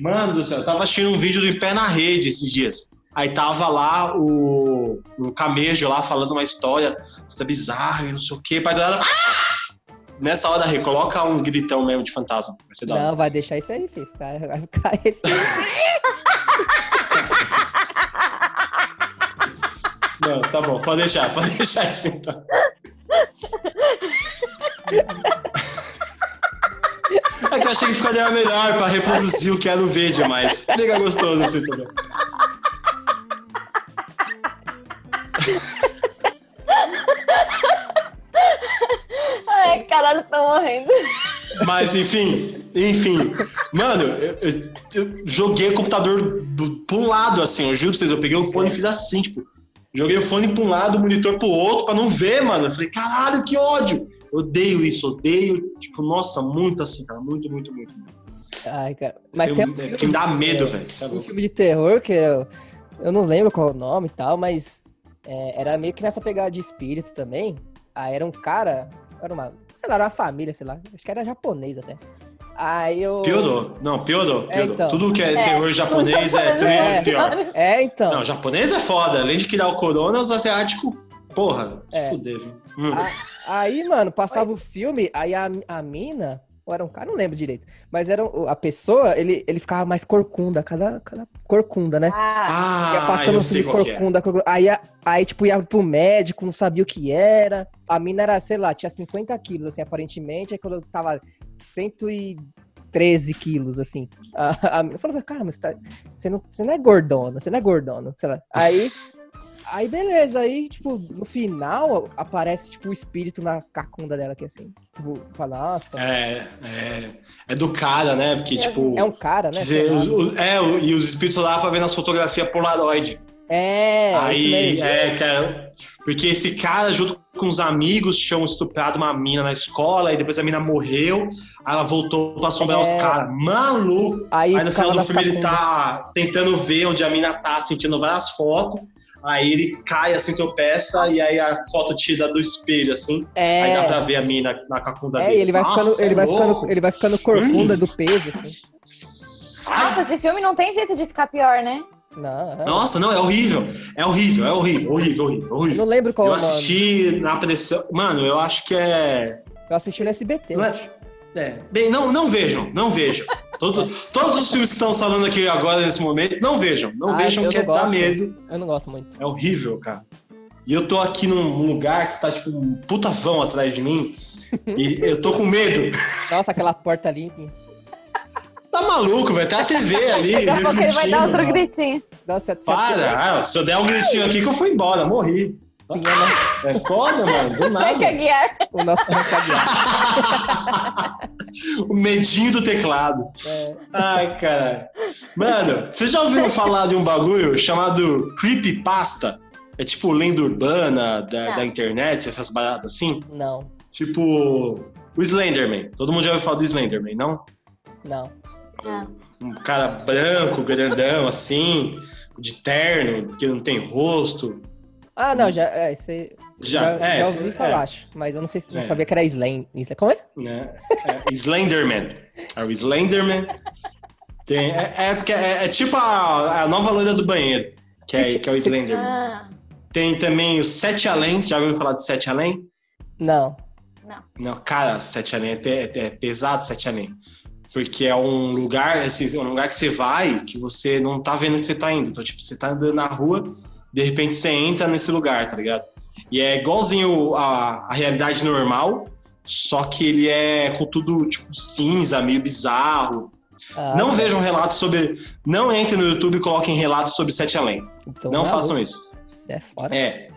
S4: Mano do céu, eu tava assistindo um vídeo do Em Pé na Rede esses dias. Aí tava lá o, o Camejo lá falando uma história puta bizarra e não sei o quê. Pai do nada, "Ah!" Nessa hora, Rê, coloca um gritão mesmo de fantasma. Vai ser da hora.
S1: [LAUGHS] Não, vai deixar isso aí, filho. Vai vai ficar esse.
S4: Não, tá bom, pode deixar, pode deixar isso então. É que eu achei que ficaria melhor pra reproduzir o que era o vídeo, mas fica gostoso assim também.
S3: Ai, caralho, tô morrendo.
S4: Mas enfim, enfim. Mano, eu, eu- eu joguei o computador do, pro lado, assim, eu juro pra vocês, eu peguei o fone e fiz assim, tipo, joguei o fone pra um lado, o monitor pro outro, pra não ver, mano. Eu falei, caralho, que ódio! Odeio isso, odeio, tipo, nossa, muito assim, cara, muito, muito, muito.
S1: Ai, cara. Mas
S4: eu,
S1: tem
S4: é porque me dá medo, velho, você é
S1: um
S4: louco.
S1: filme de terror que eu, eu não lembro qual é o nome e tal, mas é, era meio que nessa pegada de espírito também. Aí era um cara, era uma, sei lá, era uma família, sei lá, acho que era japonês até. Aí eu.
S4: Piorou, não, piorou,
S1: É,
S4: piorou.
S1: então.
S4: Tudo que é,
S3: É,
S4: terror japonês é três
S1: japonês.
S4: vezes pior.
S1: É, então.
S4: Não, japonês é foda, além de que dá o corona, os asiáticos, porra,
S1: É.
S4: fudeu, viu? Hum.
S1: Ah, Aí, mano, passava o filme, aí a, a mina, ou era um cara, não lembro direito, mas era um- a pessoa, ele, ele ficava mais corcunda, cada, cada corcunda, né?
S3: Ah,
S4: Ah,
S1: ia passando
S4: eu
S1: o
S4: sei
S1: filme
S4: qual que é.
S1: corcunda, corcunda. Aí, a- aí, tipo, ia pro médico, não sabia o que era. A mina era, sei lá, tinha 50 quilos, assim, aparentemente. Aí quando eu tava 113 quilos, assim. A, a mina falou, cara, mas tá- você, não, você não é gordona, você não é gordona, sei lá. Aí, aí beleza, aí, tipo, no final aparece, tipo, o espírito na cacunda dela, que assim, tipo, fala, nossa, é,
S4: É, é, é do cara, né? Porque, tipo.
S1: um cara, né?
S4: dizer,
S1: sei lá.
S4: os- o- é, o- e os espíritos lá pra ver nas fotografias Polaroid.
S1: É, isso
S4: Aí,
S1: mesmo.
S4: é, cara. Porque esse cara, junto com os amigos, tinham estuprado uma mina na escola, e depois a mina morreu, aí ela voltou pra assombrar
S1: É.
S4: os caras. Maluco!
S1: Aí,
S4: aí no
S1: ficava
S4: final do
S1: nas
S4: filme ele
S1: cacundas.
S4: tá tentando ver onde a mina tá, sentindo várias fotos. Aí ele cai assim, tropeça, e aí a foto tira do espelho, assim.
S1: É.
S4: Aí dá pra ver a mina na cacunda
S1: É,
S4: dele.
S1: e ele vai
S4: Nossa,
S1: ficando, ele
S4: é
S1: vai
S4: louco.
S1: ficando, ele vai ficando corcunda do peso, assim.
S4: Sai!
S3: nossa, esse filme não tem jeito de ficar pior, né?
S1: Não, é.
S4: Nossa, não, é horrível. É horrível, é horrível, horrível, horrível,
S1: eu não
S4: horrível.
S1: lembro qual
S4: Eu
S1: é o nome.
S4: assisti na pressão. Mano, eu acho que é.
S1: Eu assisti no SBT.
S4: Não é- é, Bem, não, não vejam, não vejam.
S1: [LAUGHS]
S4: Todo- todos os filmes que estão falando aqui agora nesse momento, não vejam. Não
S1: Ah,
S4: vejam
S1: eu
S4: que
S1: não
S4: dá
S1: gosto.
S4: medo.
S1: Eu não gosto muito.
S4: É horrível, cara. E eu tô aqui num lugar que tá tipo um puta vão atrás de mim. E eu tô com medo.
S1: Nossa, aquela porta limpa.
S4: Tá maluco, velho. Tá a TV ali.
S3: Daqui a pouco ele vai dar
S4: refletindo,
S3: outro
S4: mano.
S3: gritinho.
S1: Nossa, é se-
S4: Para! Ah, se eu der um gritinho aqui que eu fui embora, morri. É foda, mano, do
S3: Vai que
S4: nada.
S3: guiar.
S1: né? O nosso recado.
S4: [LAUGHS] O medinho do teclado.
S1: É,
S4: Ai, caralho. Mano, vocês já ouviram falar de um bagulho chamado Creepypasta? É tipo lenda urbana da,
S3: Não.
S4: da internet, essas baratas assim?
S1: não,
S4: Tipo o Slenderman. Todo mundo já ouviu falar do Slenderman, não?
S1: não.
S4: um cara branco, grandão, assim, de terno, que não tem rosto.
S1: Ah, não, já. É, isso aí-
S4: Já,
S1: já,
S4: é,
S1: já
S4: esse-
S1: ouvi
S4: é,
S1: falar, acho. Mas eu não sei se não
S4: É.
S1: sabia que era Slam. Isla- Como é?
S4: né? É, Slenderman. É o Slenderman. Tem, é, é porque é, é tipo a, a nova loira do banheiro, que é, que é o Slenderman.
S3: Ah,
S4: Tem também o Sete Além, já ouviu falar de Sete Além?
S1: Não.
S4: Não, cara, Sete Além é, pe- é- é pesado, Sete Além. Porque é um lugar, assim, é um lugar que você vai que você não tá vendo onde você tá indo. Então, tipo, você tá andando na rua, de repente você entra nesse lugar, tá ligado? E é igualzinho a, a realidade normal, só que ele é com tudo, tipo, cinza, meio bizarro.
S1: Ah,
S4: não vejam relatos sobre. Não entrem no YouTube e coloquem relatos sobre Sete Além.
S1: então
S4: não
S1: é
S4: façam
S1: louco.
S4: isso.
S1: Isso é fora.
S4: É.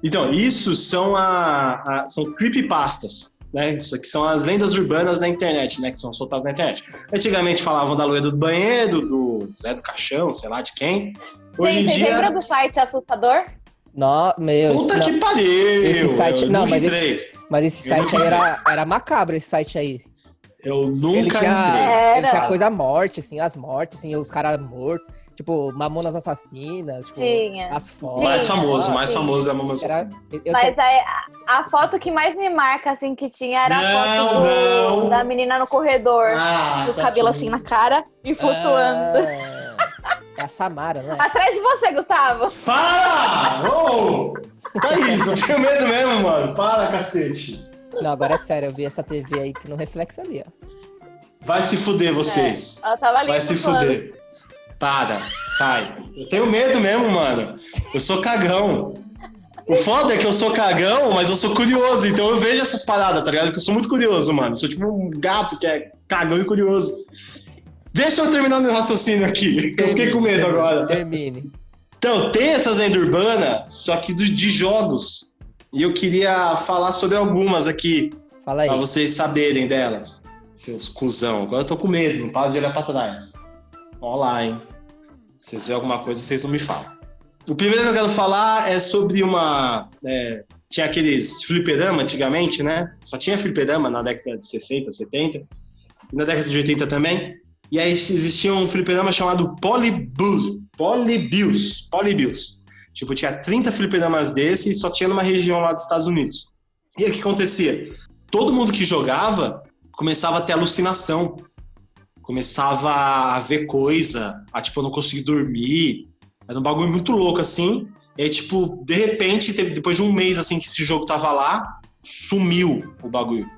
S4: Então, isso são a, a são creepypastas, né? Isso que são as lendas urbanas na internet, né, que são soltadas na internet. Antigamente falavam da loira do banheiro, do Zé do Caixão, sei lá de quem. Hoje em
S3: Gente, vocês lembram
S4: dia,
S3: do site assustador?
S1: Não, meu. isso
S4: puta
S1: não.
S4: que pariu.
S1: Esse site-
S4: eu
S1: não,
S4: nunca
S1: mas esse-
S4: entrei.
S1: Mas esse
S4: Eu
S1: site aí era, era macabro, esse site aí.
S4: Eu
S1: Ele
S4: nunca entrei.
S1: tinha,
S3: entrei.
S1: ele tinha
S4: Era.
S1: coisa morte, assim, as mortes, assim, os caras mortos, tipo, Mamonas Assassinas, tipo,
S3: Tinha.
S4: Hum.
S1: as fotos.
S4: mais
S3: Sim,
S4: famoso, mais
S1: Sim.
S4: famoso é a Mamãe
S1: Era-
S4: Assassina.
S1: eu- eu
S3: Mas
S1: tô-
S3: a, a foto que mais me marca, assim, que tinha era a
S4: Não,
S3: foto do-
S4: não.
S3: da menina no corredor,
S4: Ah,
S3: com os
S4: tá
S3: cabelos assim
S4: tudo.
S3: na cara e flutuando.
S1: Ah, é a Samara, não é?
S3: Atrás de você, Gustavo.
S4: Para! Ô! É isso, eu tenho medo mesmo, mano. Para, cacete.
S1: Não, agora é sério, eu vi essa TV aí que no reflexo ali, ó.
S4: Vai se fuder vocês.
S3: Ela tava ali.
S4: Vai se
S3: flutuando.
S4: fuder. Para, sai. Eu tenho medo mesmo, mano. Eu sou cagão. O foda é que eu sou cagão, mas eu sou curioso, então eu vejo essas paradas, tá ligado? Porque eu sou muito curioso, mano. Eu sou tipo um gato que é cagão e curioso. Deixa eu terminar meu raciocínio aqui, que eu fiquei com medo
S1: termine,
S4: agora.
S1: Termine.
S4: Então, tem essas lendas urbanas, só que do- de jogos. E eu queria falar sobre algumas aqui,
S1: Fala aí.
S4: pra vocês saberem delas. Seus cuzão. Agora eu tô com medo, não para de olhar pra trás. Ó lá, hein? Se vocês verem alguma coisa, vocês não me falam. O primeiro que eu quero falar é sobre uma. é, tinha aqueles fliperama antigamente, né? Só tinha fliperama na década de 60, 70. E na década de 80 também. E aí existia um fliperama chamado Polybius. Polybius. Polybius. Tipo, tinha 30 fliperamas desse e só tinha numa região lá dos Estados Unidos. E aí o que acontecia? Todo mundo que jogava começava a ter alucinação. Começava a ver coisa, a tipo, eu não conseguir dormir. Era um bagulho muito louco, assim. E aí, tipo, de repente, teve, depois de um mês, assim, que esse jogo tava lá, sumiu o bagulho.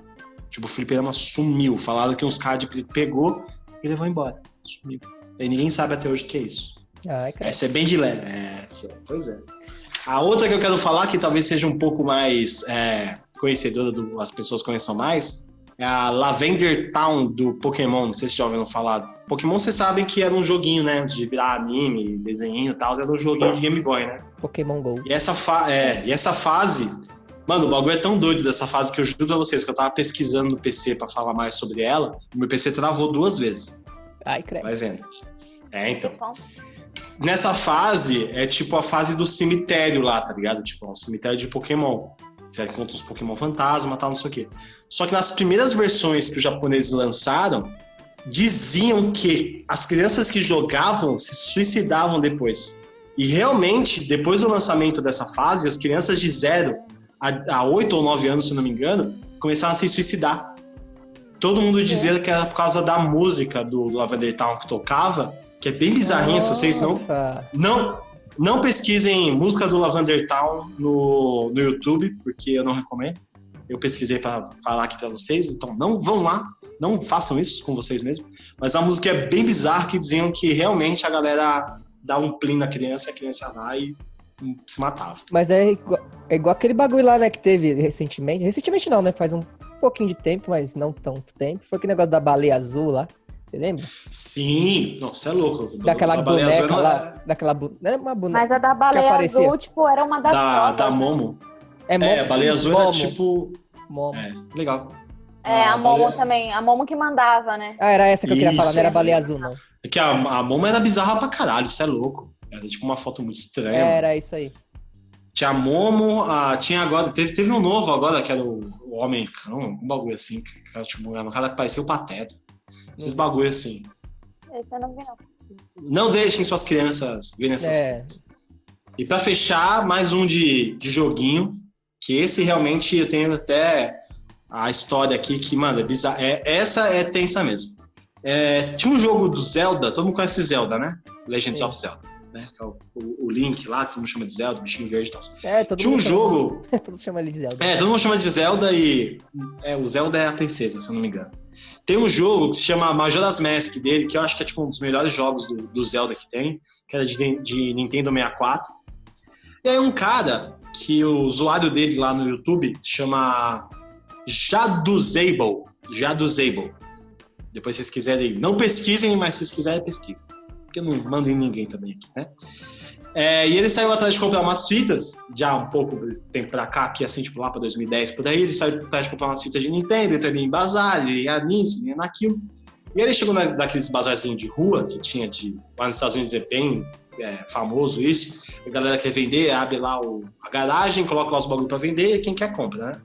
S4: Tipo, o fliperama sumiu. Falaram que uns caras de- pegou e levou embora. Sumiu. E ninguém sabe até hoje o que é isso.
S1: Ai, cara.
S4: Essa é bem de leve. Essa, pois é. A outra que eu quero falar, que talvez seja um pouco mais é, conhecedora, do, as pessoas conheçam mais, é a Lavender Town do Pokémon. Não sei se já ouviram falar. Pokémon, vocês sabem que era um joguinho, né? Antes de virar anime, desenho e tal, era um joguinho de Game Boy, né?
S1: Pokémon GO.
S4: E essa, fa- é, e essa fase. Mano, o bagulho é tão doido dessa fase que eu juro pra vocês que eu tava pesquisando no PC pra falar mais sobre ela. e Meu PC travou duas vezes.
S1: Ai, credo.
S4: Vai vendo. É, então.
S3: Bom,
S4: Nessa fase, é tipo a fase do cemitério lá, tá ligado? Tipo, é um cemitério de Pokémon. Você encontra os Pokémon fantasma tal, não sei o quê. Só que nas primeiras versões que os japoneses lançaram, diziam que as crianças que jogavam se suicidavam depois. E realmente, depois do lançamento dessa fase, as crianças de 0 a, a 8 ou 9 anos, se não me engano, começaram a se suicidar. Todo mundo dizia que era por causa da música do Lavender Town que tocava, que é bem bizarrinha, se vocês não
S1: Nossa.
S4: não, não pesquisem música do Lavender Town no, no YouTube, porque eu não recomendo. Eu pesquisei para falar aqui para vocês, então não vão lá, não façam isso com vocês mesmos. Mas a música é bem bizarra, que diziam que realmente a galera dava um plim na criança, a criança ia lá e hum, se matava.
S1: Mas é igual, é igual aquele bagulho lá, né, que teve recentemente. Recentemente não, né? Faz um pouquinho de tempo, mas não tanto tempo. Foi aquele negócio da baleia azul lá. Você lembra?
S4: Sim, não, você é louco.
S1: Daquela
S4: A baleia azul é
S1: boneca
S4: era-
S1: lá. Daquela bu... Não era uma boneca.
S3: Mas a da baleia
S1: aparecia.
S3: azul, tipo, era uma das
S4: Da,
S3: provas,
S4: da
S3: né?
S4: Momo.
S1: Momo.
S4: É, a baleia azul era
S1: Momo,
S4: tipo.
S1: Momo.
S4: É, legal.
S3: É, a
S4: Ah,
S3: Momo
S4: baleia-
S3: também. A Momo que mandava, né?
S1: Ah, era essa que eu queria
S4: Isso.
S1: falar, não era a baleia azul, não.
S4: É que a, a Momo era bizarra pra caralho, isso é louco. Era tipo uma foto muito estranha. mano.
S1: Era isso aí.
S4: Tinha Momo, ah, tinha agora, teve, teve um novo agora, que era o, o Homem Cão, um bagulho assim, que era tipo, era um cara que parecia o Pateta.
S1: Uhum.
S4: Esses bagulho assim.
S3: Esse eu não vi, não.
S4: Não deixem suas crianças verem essas coisas.
S1: É.
S4: E pra fechar, mais um de, de joguinho, que esse realmente eu tenho até a história aqui que, mano, é bizarro. É, essa é tensa mesmo. É, tinha um jogo do Zelda, todo mundo conhece Zelda, né? Legends
S1: Sim.
S4: of Zelda, né? Que é o, o- o Link lá, todo mundo chama de Zelda, o bichinho verde e tal.
S1: É, [LAUGHS] todo
S4: Tinha um
S1: mundo chama-
S4: jogo
S1: Todos chamam ele de Zelda.
S4: É, todo mundo chama de Zelda e. É, o Zelda é a princesa, se eu não me engano. Tem um jogo que se chama Majora's Mask dele, que eu acho que é tipo um dos melhores jogos do, do Zelda que tem, que era de, Nin- de Nintendo 64. E aí um cara, que o usuário dele lá no YouTube chama Jaduzable. Jaduzable. Depois se vocês quiserem, não pesquisem, mas se vocês quiserem, pesquisem. Porque eu não mando em ninguém também aqui, né? É, e ele saiu atrás de comprar umas fitas, já um pouco do tempo pra cá, que assim, tipo lá pra 2010, por aí, ele saiu atrás de comprar umas fitas de Nintendo, ele também em bazar, ele ia nisso, ele ia naquilo. E aí ele chegou na, naqueles bazarzinhos de rua, que tinha de. Lá nos Estados Unidos é bem é, famoso isso. A galera quer vender, abre lá o- a garagem, coloca lá os bagulho pra vender, e quem quer compra, né?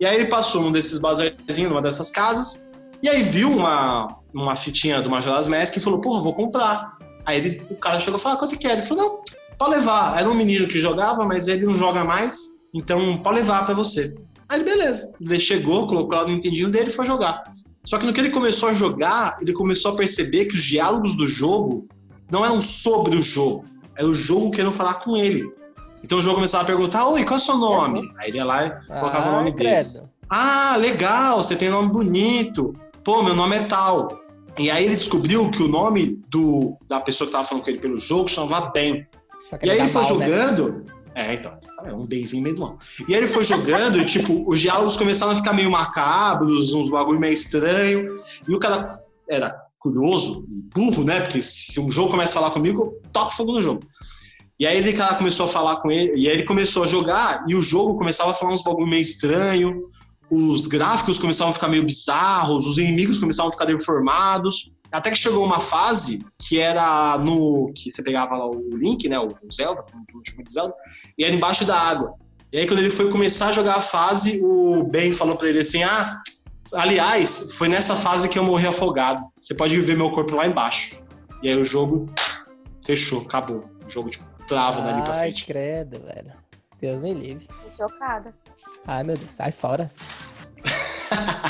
S4: E aí ele passou num desses bazarzinhos, numa dessas casas, e aí viu uma, uma fitinha do Majora's Mask e falou, porra, vou comprar. Aí ele- o cara chegou e falou, "Ah, quanto que é? Ele falou, não, Pode levar. Era um menino que jogava, mas ele não joga mais, então pode levar pra você. Aí ele, beleza. Ele chegou, colocou lá no entendinho dele e foi jogar. Só que no que ele começou a jogar, ele começou a perceber que os diálogos do jogo não eram sobre o jogo, era o jogo querendo falar com ele. Então o jogo começava a perguntar: Oi, qual é o seu nome? Aí ele ia lá e colocava o
S1: Ah,
S4: nome dele.
S1: credo.
S4: Ah, legal, você tem nome bonito. Pô, meu nome é tal. E aí ele descobriu que o nome do, da pessoa que tava falando com ele pelo jogo chamava Ben.
S1: Só que
S4: E aí
S1: dá
S4: ele foi
S1: mal, né?
S4: jogando, É, então, é um benzinho meio long. E aí ele foi jogando e, tipo, os diálogos começaram a ficar meio macabros, uns bagulho meio estranho. E o cara era curioso, burro, né? Porque se um jogo começa a falar comigo, eu toco fogo no jogo. E aí ele cara começou a falar com ele, e aí ele começou a jogar, e o jogo começava a falar uns bagulho meio estranho, os gráficos começavam a ficar meio bizarros, os inimigos começavam a ficar deformados. Até que chegou uma fase que era no. que você pegava lá o Link, né? O Zelda, o chama de Zelda, e era embaixo da água. E aí quando ele foi começar a jogar a fase, o Ben falou para ele assim: Ah, aliás, foi nessa fase que eu morri afogado. Você pode ver meu corpo lá embaixo. E aí o jogo fechou, acabou. O jogo, tipo, trava dali pra
S1: Ai,
S4: frente.
S1: credo, velho. Deus me livre.
S3: Tô Chocada.
S1: Ai, meu Deus, sai fora.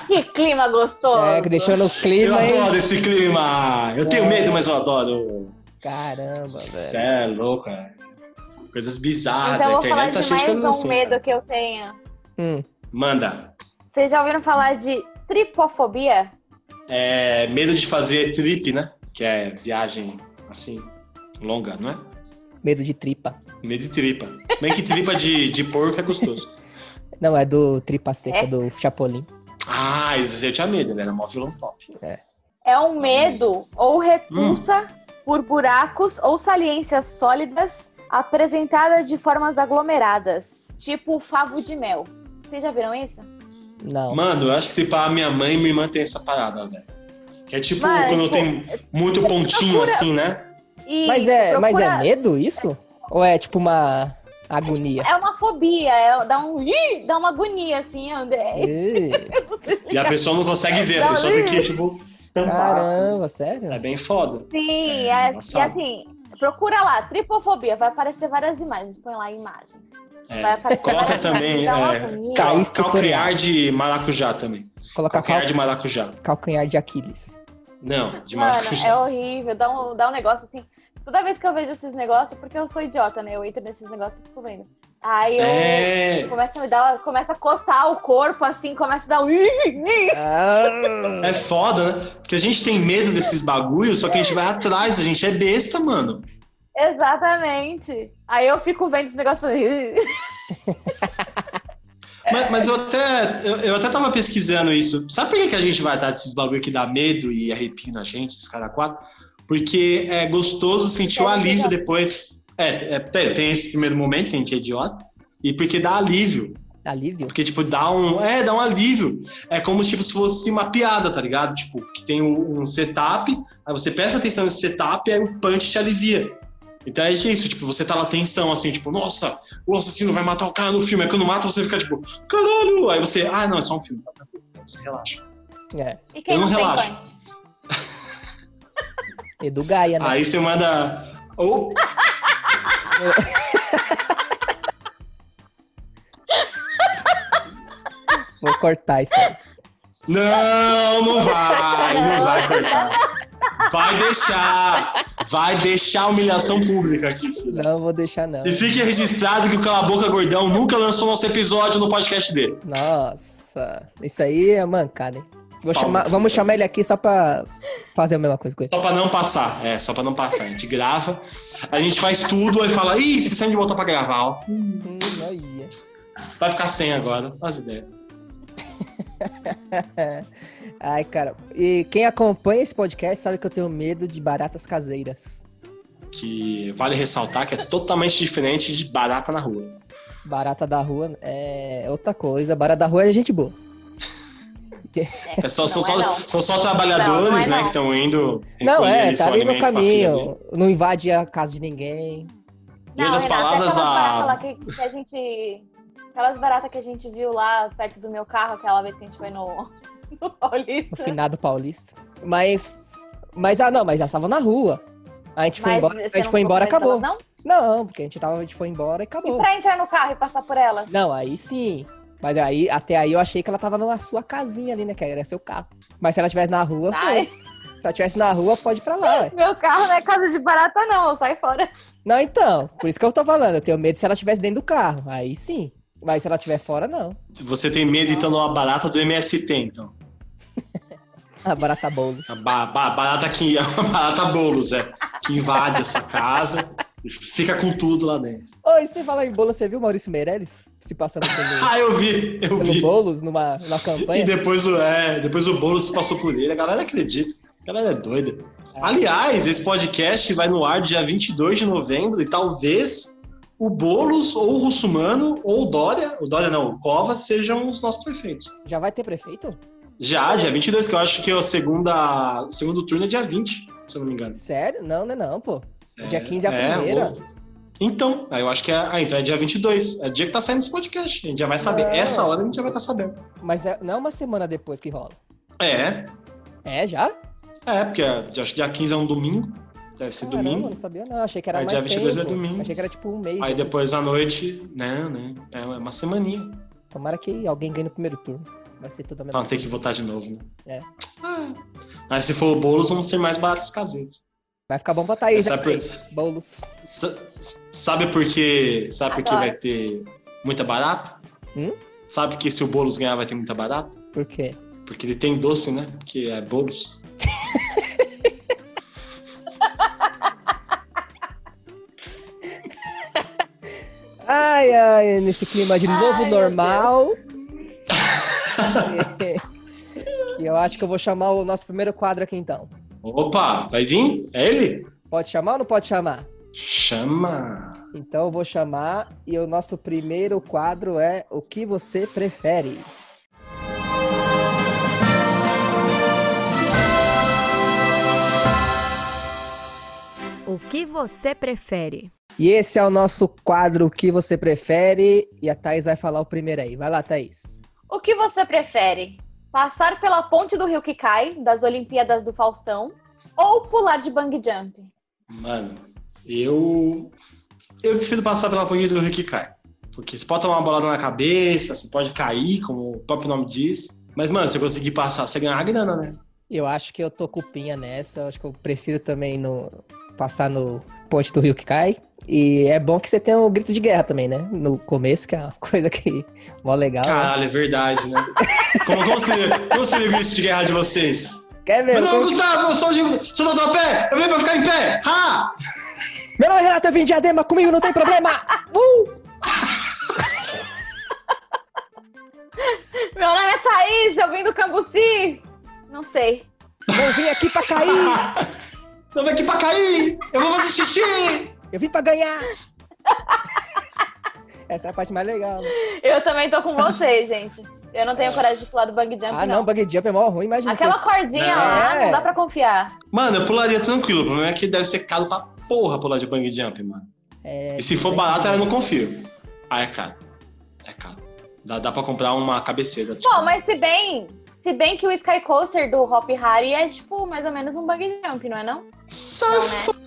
S3: Que clima gostoso.
S1: É, que deixou no
S4: Eu
S1: clima, hein? É.
S4: adoro esse clima! Eu tenho medo, mas eu adoro.
S1: Caramba,
S4: Você
S1: velho.
S4: é louco, cara. Coisas bizarras.
S3: Então eu
S4: a
S3: vou falar
S4: internet tá
S3: de
S4: cheia de
S3: mais um
S4: coisas assim.
S3: medo
S4: cara.
S3: que eu tenho.
S1: Hum,
S4: Manda.
S3: Vocês já ouviram falar de tripofobia?
S4: É, medo de fazer trip, né? Que é viagem assim, longa, não é?
S1: medo de tripa.
S4: Medo de tripa. Bem que tripa de, de porco é gostoso.
S1: Não, é do tripa seca,
S3: É?
S1: do Chapolin.
S4: Ah, esse eu tinha medo, né? Era mó vilão top.
S3: É um medo ou repulsa por buracos ou saliências sólidas apresentada de formas aglomeradas, tipo favo de mel. Vocês já viram isso?
S1: Não.
S4: Mano, eu acho que se pá, minha mãe e minha irmã tem essa parada, velho. Que é tipo
S3: Mano,
S4: quando
S3: tipo,
S4: tem muito pontinho
S3: procura-
S4: assim, né?
S3: E
S1: Mas é,
S3: procura-
S1: mas é medo isso? Ou é tipo uma agonia?
S3: É uma fobia, é- dá um "Ih!", dá uma agonia assim, André.
S1: Ih,
S4: E a pessoa não consegue ver, a
S3: Não,
S4: pessoa
S3: ih.
S4: tem que, tipo, estampar. Assim.
S1: Caramba, sério?
S4: É bem foda.
S3: Sim,
S4: É,
S3: é- e
S4: embaçado.
S3: assim, procura lá, tripofobia, vai aparecer várias imagens, põe lá imagens. Vai
S4: É.
S3: aparecer
S4: Coloca
S3: várias
S4: também
S3: imagens, dá uma
S4: é,
S3: agonia.
S4: cal-
S1: Caís tutorial.
S4: calcanhar de maracujá também.
S1: Colocar cal-
S4: Calcanhar de maracujá.
S1: calcanhar de Aquiles.
S4: Não, de
S3: Mano,
S4: maracujá.
S3: é horrível, dá um, dá um negócio assim. Toda vez que eu vejo esses negócios, porque eu sou idiota, né? Eu entro nesses negócios e fico vendo. Aí eu
S4: É,
S3: começo a me dar, começa a coçar o corpo, assim, começa a dar um. Ih,
S1: Ah.
S4: é foda, né? Porque a gente tem medo desses bagulhos, só que a gente vai atrás, a gente é besta, mano.
S3: Exatamente. Aí eu fico vendo esse negócio e falo, "Ih".
S4: Mas, mas eu até eu, eu até tava pesquisando isso. Sabe por que, que a gente vai atrás desses bagulho que dá medo e arrepia na gente, esses cara quatro? Porque é gostoso sentir o
S3: É,
S4: alívio
S3: é.
S4: depois. É, é, tem tem esse primeiro momento que a gente é idiota. E porque dá alívio.
S1: Alívio?
S4: Porque, tipo, dá um. É, dá um alívio. É como tipo, se fosse uma piada, tá ligado? Tipo, que tem um, um setup, aí você presta atenção nesse setup, aí o punch te alivia. Então é isso, tipo, você tá na tensão, assim, tipo, nossa, o assassino vai matar o cara no filme. Aí quando mata, você fica tipo, caralho! Aí você, ah, não, é só um filme, tá tranquilo. Aí Você relaxa.
S1: É.
S3: E quem
S4: Eu
S3: não,
S4: não
S3: tem
S4: relaxo.
S3: punch?
S1: Edu Gaia, né?
S4: Aí você manda. "Oh, Ou.
S1: Vou cortar isso aí.
S4: Não, não vai, não vai cortar. Vai deixar. Vai deixar a humilhação pública aqui, filho.
S1: Não vou deixar, não.
S4: E fique registrado que o Cala a Boca Gordão nunca lançou nosso episódio no podcast dele.
S1: Nossa, isso aí é mancada, hein? Vou
S4: Paulo,
S1: chamar,
S4: filho.
S1: vamos chamar ele aqui só pra fazer a mesma coisa com ele.
S4: Só pra não passar. É, só pra não passar. A gente grava, a gente faz tudo, aí fala, ih, esquecemos de botar pra gravar, ó.
S1: Hum, olha.
S4: Vai ficar sem agora. Faz ideia.
S1: [LAUGHS] Ai, cara. E quem acompanha esse podcast sabe que eu tenho medo de baratas caseiras.
S4: Que vale ressaltar que é totalmente diferente de barata na rua.
S1: Barata da rua é outra coisa. Barata da rua é gente boa.
S4: É só, são,
S3: Não é,
S4: só,
S3: não.
S4: são só trabalhadores,
S3: Não, não é,
S4: né, que estão indo.
S1: Não,
S4: recolher
S1: é,
S4: seu
S1: tá ali no
S4: alimento pra filha dele.
S1: caminho. Não invade a casa de ninguém.
S4: Em outras
S3: Renata,
S4: palavras,
S3: aquelas baratas lá
S4: a.
S3: que, que a gente. Aquelas baratas que a gente viu lá perto do meu carro aquela vez que a gente foi no, [LAUGHS] no [LAUGHS]
S1: No
S3: Paulista.
S1: finado paulista. Mas. Mas, ah, não, mas elas estavam na rua. A gente foi
S3: Mas
S1: embora,
S3: você
S1: a gente
S3: não
S1: foi
S3: ficou
S1: embora e
S3: com medo
S1: acabou.
S3: delas, Não?
S1: Não, porque a gente, tava, a gente foi embora e
S3: E
S1: acabou.
S3: pra entrar no carro e passar por elas?
S1: Não, aí sim. Mas aí, até aí eu achei que ela tava na sua casinha ali, né? Que era seu carro. Mas se ela estivesse na rua, foi.
S3: Ai.
S1: Se ela estivesse na rua, pode ir pra lá, ué.
S3: Meu carro não é casa de barata, não. Sai fora.
S1: Não, então. Por isso que eu tô falando. Eu tenho medo se ela estivesse dentro do carro. Aí sim. Mas se ela estiver fora, não.
S4: Você tem medo, então, de uma barata do MST, então.
S1: A barata bolos.
S4: [LAUGHS] A ba- ba- barata que. A barata bolos, é. Que invade a sua casa. Fica com tudo lá dentro.
S1: Oi, você falar em bolo, você viu o Maurício Meirelles se passando pelo,
S4: Ah, eu vi, eu
S1: pelo
S4: vi.
S1: Boulos numa, [LAUGHS] numa campanha?
S4: E depois, o- é, depois o bolo se passou por ele. A galera acredita. A galera é doida. Aliás, esse podcast vai no ar dia 22 de novembro e talvez o Boulos ou o Russumano ou o Dória, o Dória não, o Covas sejam os nossos prefeitos.
S1: Já vai ter prefeito?
S4: Já, dia 22, que eu acho que é o segunda, o segundo turno é dia 20, se eu não me engano.
S1: Sério? Não, não é não, pô. Dia 15 é a primeira.
S4: ou- Então, aí eu acho que é. Ah, então é dia 22. É o dia que tá saindo esse podcast. A gente já vai saber.
S1: Ah.
S4: Essa hora a gente já vai estar sabendo.
S1: Mas não é- não é uma semana depois que rola.
S4: É,
S1: É, já?
S4: é, porque é- acho que dia 15 é um domingo. Deve ser
S1: Caramba,
S4: domingo.
S1: não sabia não. Achei que era
S4: Aí
S1: mais
S4: dia 22 é
S1: tempo.
S4: domingo.
S1: Achei que era tipo um mês.
S4: Aí depois à noite, né, né? É uma semaninha.
S1: Tomara que alguém ganhe no primeiro turno. Vai ser tudo a mesma
S4: Pra não ter que votar de novo, né?
S1: É.
S4: Ah. Mas se for o Boulos, vamos ter mais baratos caseiros.
S1: Vai ficar bom pra Thaís.
S4: Essa
S1: né,
S4: per-
S1: Thaís? Boulos.
S4: Sa- Sabe por quê? Sabe por que
S3: Adoro.
S4: vai ter muita barata?
S1: Hum?
S4: Sabe que se o Boulos ganhar vai ter muita barata?
S1: Por quê?
S4: Porque ele tem doce, né? Porque é Boulos.
S1: Ai, ai, nesse clima de novo
S3: Ai, meu
S1: normal. [LAUGHS] E eu acho que eu vou chamar o nosso primeiro quadro aqui então.
S4: Opa, vai vir? É ele?
S1: Pode chamar ou não pode chamar?
S4: Chama!
S1: Então eu vou chamar e o nosso primeiro quadro é O que você prefere?
S2: O que você prefere?
S1: E esse é o nosso quadro O que você prefere? E a Thaís vai falar o primeiro aí. Vai lá, Thaís.
S3: O que você prefere? Passar pela ponte do rio que cai, das Olimpíadas do Faustão, ou pular de bang jump?
S4: Mano, eu. Eu prefiro passar pela ponte do rio que cai. Porque você pode tomar uma bolada na cabeça, você pode cair, como o próprio nome diz. Mas, mano, se eu conseguir passar, você ganha a grana, né?
S1: Eu acho que eu tô cupinha nessa. Eu acho que eu prefiro também no... passar no ponte do rio que cai. E é bom que você tenha um grito de guerra também, né? No começo, que é uma [LAUGHS] coisa que mó legal. né?
S4: Caralho, é verdade, [LAUGHS] né? como, como, se, como se liga isso de guerra de vocês?
S1: Quer ver?
S4: Meu nome é
S1: Como-
S4: Gustavo, eu sou de. Sou do pé! Eu vim pra ficar em pé! Ha!
S1: Meu nome é Renato, eu vim de Adema, comigo não tem [LAUGHS] problema! Uh!
S3: Meu nome é Thaís, eu vim do Cambuci. Não sei.
S1: Eu vim aqui pra cair,
S4: Eu vim aqui pra cair! Eu vou fazer xixi!
S1: eu vim pra [LAUGHS] ganhar! Essa é a parte mais legal, né?
S3: Eu também tô
S2: [LAUGHS]
S3: com vocês, gente. Eu não tenho coragem de pular do bang jump,
S1: Ah, não,
S3: não.
S1: bug jump é mó ruim, imagina.
S3: Aquela cordinha
S4: É.
S3: lá, não dá pra confiar.
S4: Mano, eu pularia tranquilo. O problema é que deve ser caro pra porra pular de bang jump, mano.
S1: É,
S4: E se for
S1: tem-
S4: barato, eu não confio. Ah, é caro. É caro. Dá, dá pra comprar uma cabeceira. tipo.
S3: Bom, mas se bem, se bem que o Sky Coaster do Hop Harry é tipo mais ou menos um bang jump, não é não? né?
S4: Safada!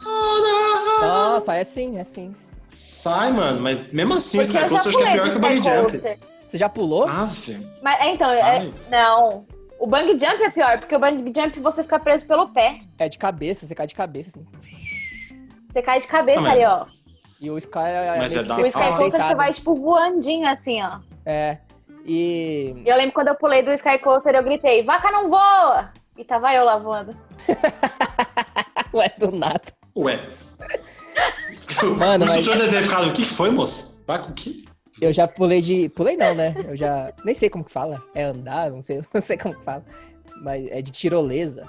S1: Nossa, é sim, é sim.
S4: Sai, mano. Mas mesmo assim,
S3: Porque
S4: o Sky
S3: eu
S4: Coaster
S3: já
S4: acho que
S3: pulei
S4: é pior que o
S3: do
S4: bang
S3: Sky
S4: jump.
S3: Coaster.
S1: Você já pulou?
S4: Ah, velho.
S3: Mas é, então, é,
S4: Ai.
S3: não. O bang jump é pior, porque o bang jump você fica preso pelo pé.
S1: É de cabeça, você cai de cabeça, assim.
S3: Você cai de cabeça
S4: Ah, mas-
S3: ali, ó.
S1: E o Sky é.
S4: Mas
S1: meio
S4: é
S1: que
S4: da
S1: você
S3: O
S4: Ah,
S3: Sky
S1: fica
S4: hora.
S3: Coaster você
S1: deitado.
S3: vai, tipo, voandinho, assim, ó.
S4: Hum.
S1: É.
S3: [LAUGHS]
S1: E.
S3: E eu lembro quando eu pulei do Sky Coaster, eu gritei, vaca não voa! E tava eu lá voando. é
S1: Ué, do nada.
S4: Ué.
S1: Mano,
S4: [LAUGHS] o
S1: mas- é
S4: instrutor deve ter ficado. O que que foi, moça? Vai com o quê?
S1: Eu já pulei de. Pulei não, né? Eu já. Nem sei como que fala. É andar, não sei, [LAUGHS] não sei como que fala. Mas é de tirolesa.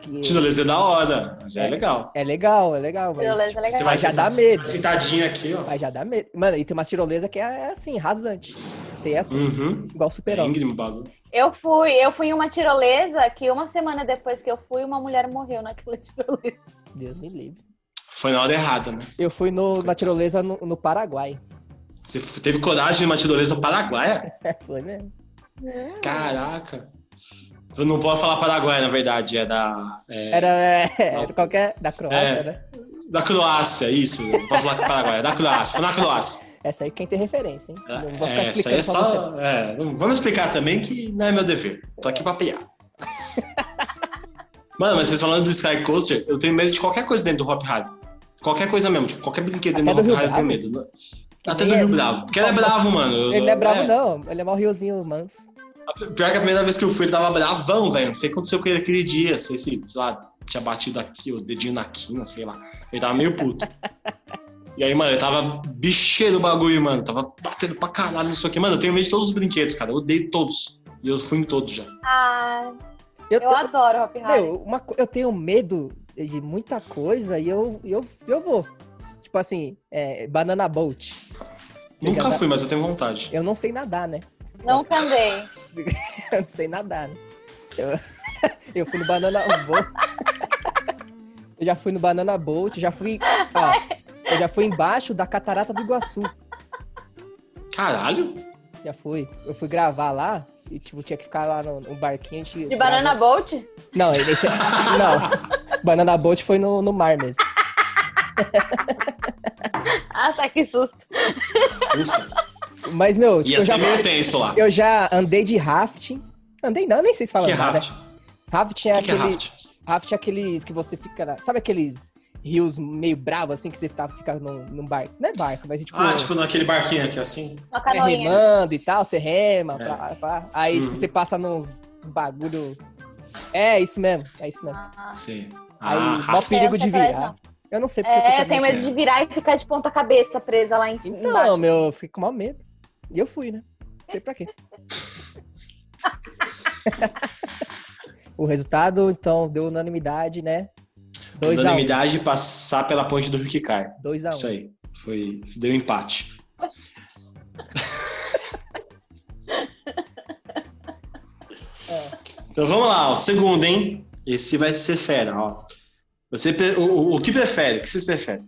S1: Que
S4: Tirolesa é da hora. Mas é,
S1: É.
S4: legal.
S1: é legal, é legal, mas.
S3: Tirolesa é
S1: tipo,
S3: legal.
S4: Você vai
S1: Mas já
S4: sentar-
S1: dá medo.
S4: Tá sentadinho aqui, ó.
S1: Mas já dá medo. Mano, e tem uma tirolesa que é assim, rasante. Você é assim,
S4: Uhum.
S1: igual
S4: É
S1: super-homem.
S4: íngreme o bagulho.
S3: Eu fui, eu fui em uma tirolesa que uma semana depois que eu fui, uma mulher morreu naquela tirolesa.
S1: Deus me livre.
S4: Foi na hora errada, né?
S1: Eu fui no, na tirolesa no, no Paraguai. [LAUGHS]
S4: Você f- teve coragem de uma tirolesa paraguaia?
S1: É, foi mesmo.
S4: Caraca. Eu não posso falar paraguaia, na verdade. É da. é-
S1: Era, é, era qualquer. Da Croácia,
S4: É.
S1: né?
S4: Da Croácia, isso. Não posso falar que é Paraguai. Da Croácia. Foi na Croácia.
S1: Essa aí quem tem referência, hein? Não vou ficar
S4: É, isso aí
S1: explicando
S4: é
S1: pra você.
S4: só. é, não- vamos explicar também que não é meu dever. Tô aqui
S1: [LAUGHS]
S4: pra piar. Mano, mas vocês falando do Sky Coaster, eu tenho medo de qualquer coisa dentro do Hop Harry. Qualquer coisa mesmo, tipo, qualquer brinquedo
S1: Até
S4: dentro
S1: do
S4: do
S1: Rio
S4: Hop Harry eu tenho
S1: Bravo?
S4: medo. né? Até
S1: nem
S4: do
S1: é-
S4: Rio Bravo. Porque ele é bravo, mano. Eu-
S1: Ele não é bravo,
S4: é.
S1: não. Ele é mó riozinho, manso.
S4: Pior que a primeira vez que eu fui, ele tava bravão, velho. Não sei o que aconteceu com ele aquele dia. Sei se, sei lá, tinha batido aqui, o dedinho na quina, sei lá. Ele tava meio puto. E aí, mano, eu tava bicheiro do bagulho, mano. Tava batendo pra caralho nisso aqui. Mano, eu tenho medo de todos os brinquedos, cara. Eu odeio todos. E eu fui em todos já.
S3: Ah,
S1: Eu,
S3: eu, adoro Hop Harry.
S1: meu, uma co- eu tenho medo de muita coisa e eu, eu, eu vou. Tipo assim, é, Banana Boat. Eu já
S4: Nunca
S1: ba-
S4: fui, mas eu tenho vontade.
S1: Eu não sei nadar, né? [LAUGHS]
S3: Não também.
S1: Eu não sei nadar, né? Eu, eu [LAUGHS] fui no Banana Boat. [LAUGHS] Eu já fui no Banana Boat, já fui. ó, eu já fui embaixo da Catarata do Iguaçu.
S4: Caralho?
S1: Já fui. Eu fui gravar lá e, tipo, tinha que ficar lá no, no barquinho. a gente
S3: De Banana Bolt?
S1: Não, esse é...
S3: [LAUGHS]
S1: Não. Banana Boat foi no, no mar mesmo.
S3: Ah, tá, que susto.
S4: Ufa.
S1: Mas, meu, tipo,
S4: Ia
S1: eu,
S4: ser
S1: já,
S4: meio tenso lá.
S1: eu já andei de rafting. Andei não, nem sei se fala
S4: Que
S1: nada.
S4: raft?
S1: Rafting é
S4: O que, que é
S1: aquele.
S4: raft?
S1: Raft é aqueles que você fica. na- Sabe aqueles rios meio bravos, assim, que você tá, fica num, num barco? Não é barco, mas é tipo.
S4: Ah, tipo naquele barquinho aqui assim?
S3: Uma
S1: é,
S3: canoinha.
S1: remando e tal, você rema.
S4: É.
S1: pra- pra- aí, tipo,
S4: Uhum.
S1: você passa nos bagulho. É, isso mesmo, é isso mesmo.
S3: Ah,
S4: Sim.
S1: Aí,
S4: Ah,
S1: mó
S4: raft.
S1: perigo
S3: Eu não
S1: de
S3: sei qual é,
S1: virar.
S3: não.
S1: Eu não sei porque. que
S3: É,
S1: eu
S3: eu tenho
S1: também-
S3: medo de virar e ficar de ponta cabeça presa lá em cima.
S1: Então, meu, eu fiquei com mau medo. E eu fui, né? Não sei pra
S3: [LAUGHS]
S1: quê. o resultado, então, deu unanimidade, né? 2x1.
S4: Unanimidade passar pela ponte do Rio que cai.
S1: 2x1.
S4: Isso aí. Foi, deu empate. Então vamos lá, ó. segundo, hein? Esse vai ser fera, ó. Você, pre- o- o, o que prefere? O que vocês preferem?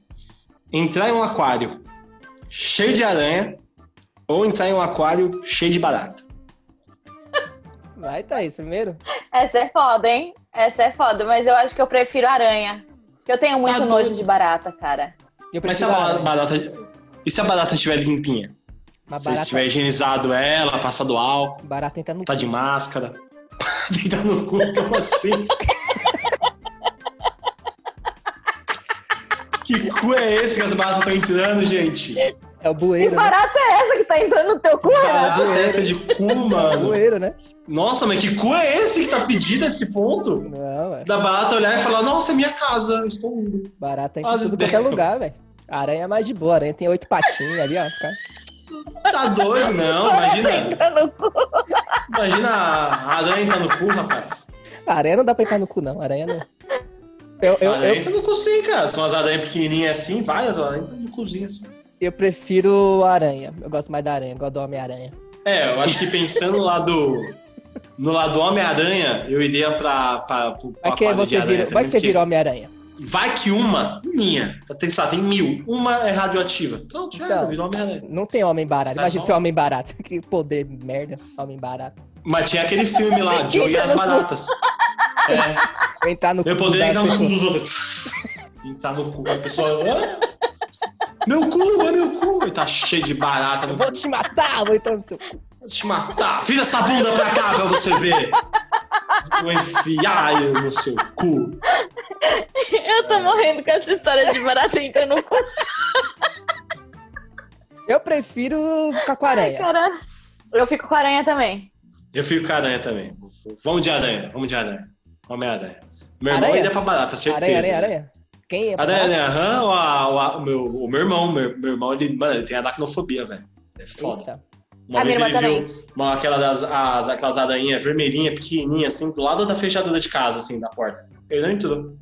S4: Entrar em um aquário cheio de aranha ou entrar em um aquário cheio de barata?
S1: Vai, Thaís, primeiro.
S3: Essa é foda, hein? Essa é foda, mas eu acho que eu prefiro aranha. Eu tenho muito
S4: Tá
S3: nojo
S4: doido.
S3: de barata, cara.
S1: Eu
S4: Mas é se a
S1: prefiro
S4: barata,
S1: aranha.
S4: barata- e se a barata estiver limpinha?
S1: Mas
S4: se
S1: barata,
S4: tiver higienizado ela, passado álcool,
S1: barata entra no
S4: tá de máscara, [LAUGHS] deitar no cu, como assim? [LAUGHS] que cu é esse que as baratas estão entrando, gente?
S1: É o
S3: Que
S1: bueiro, né?
S3: barata é essa que tá entrando no teu cu?
S4: Barata é essa de cu,
S1: É o
S4: mano.
S1: bueiro, né?
S4: Nossa, mas que cu é esse que tá pedindo esse ponto?
S1: Não, é.
S4: Da barata olhar e falar, nossa, é minha casa, eu estou indo.
S1: Barata entra em
S4: As
S1: tudo quanto é
S4: ideias.
S1: lugar, velho. Aranha é mais de boa. Aranha tem oito patinhas ali, ó. Fica...
S4: Tá doido? Não, imagina.
S3: Tá no cu.
S4: Imagina a aranha entrar no cu, rapaz.
S1: Aranha não dá pra entrar no cu, não. Aranha não. Eu, eu,
S4: aranha
S1: eu,
S4: entra no cu sim, cara. São as aranhas pequenininhas assim, várias aranhas entram no cuzinho assim.
S1: eu prefiro aranha. Eu gosto mais da aranha. Eu gosto do Homem-Aranha.
S4: É, eu acho que pensando no lado, no lado Homem-Aranha, eu iria pra, pra, pro
S1: Vai que
S4: aquário de
S1: é você
S4: aranha
S1: vira, vai
S4: também,
S1: que você
S4: porque
S1: vira Homem-Aranha.
S4: Vai que uma, minha, tá tem, sabe, tem mil, uma é radioativa. Pronto, já
S1: Então.
S4: era, virou Homem-Aranha.
S1: Não tem homem barato.
S4: Você tá
S1: Imagina
S4: só-
S1: ser homem barato. [LAUGHS] Que poder de merda, homem barato.
S4: Mas tinha aquele filme lá, Joe e as Baratas. É,
S1: Eu Entrar no
S4: eu
S1: cu
S4: poderia
S1: da
S4: entrar no cu
S1: pessoa.
S4: dos outros. Entrar no cu, a pessoa. "Hã? Meu cu, é meu cu. E tá cheio de barata no
S1: Eu
S4: cu.
S1: vou te matar, vou entrar no seu cu.
S4: Vou te matar. Vira essa bunda pra cá pra você ver. Vou enfiar eu no seu cu.
S3: Eu tô morrendo com essa história de barata entrando no cu.
S1: Eu prefiro ficar com
S3: Ai,
S1: aranha.
S3: caralho. Eu fico com aranha também.
S4: Eu fico com a aranha também. Vamos de aranha, vamos de aranha. Homem-aranha. Meu irmão
S1: Aranha?
S4: ainda é pra barata, certeza.
S1: Aranha, aranha, aranha. Quem é?
S4: Aranha, aranha, aham, ou a- ou a- o, meu, o meu irmão, meu, meu irmão, ele, mano, ele tem aracnofobia, velho. É foda.
S1: Eita. Ah,
S4: Uma
S3: A
S4: vez
S3: minha
S4: ele
S3: irmã
S4: viu uma, aquela das, as, aquelas aranhinhas vermelhinhas, pequenininhas, assim, do lado da fechadura de casa, assim, da porta. Ele não entrou. Ele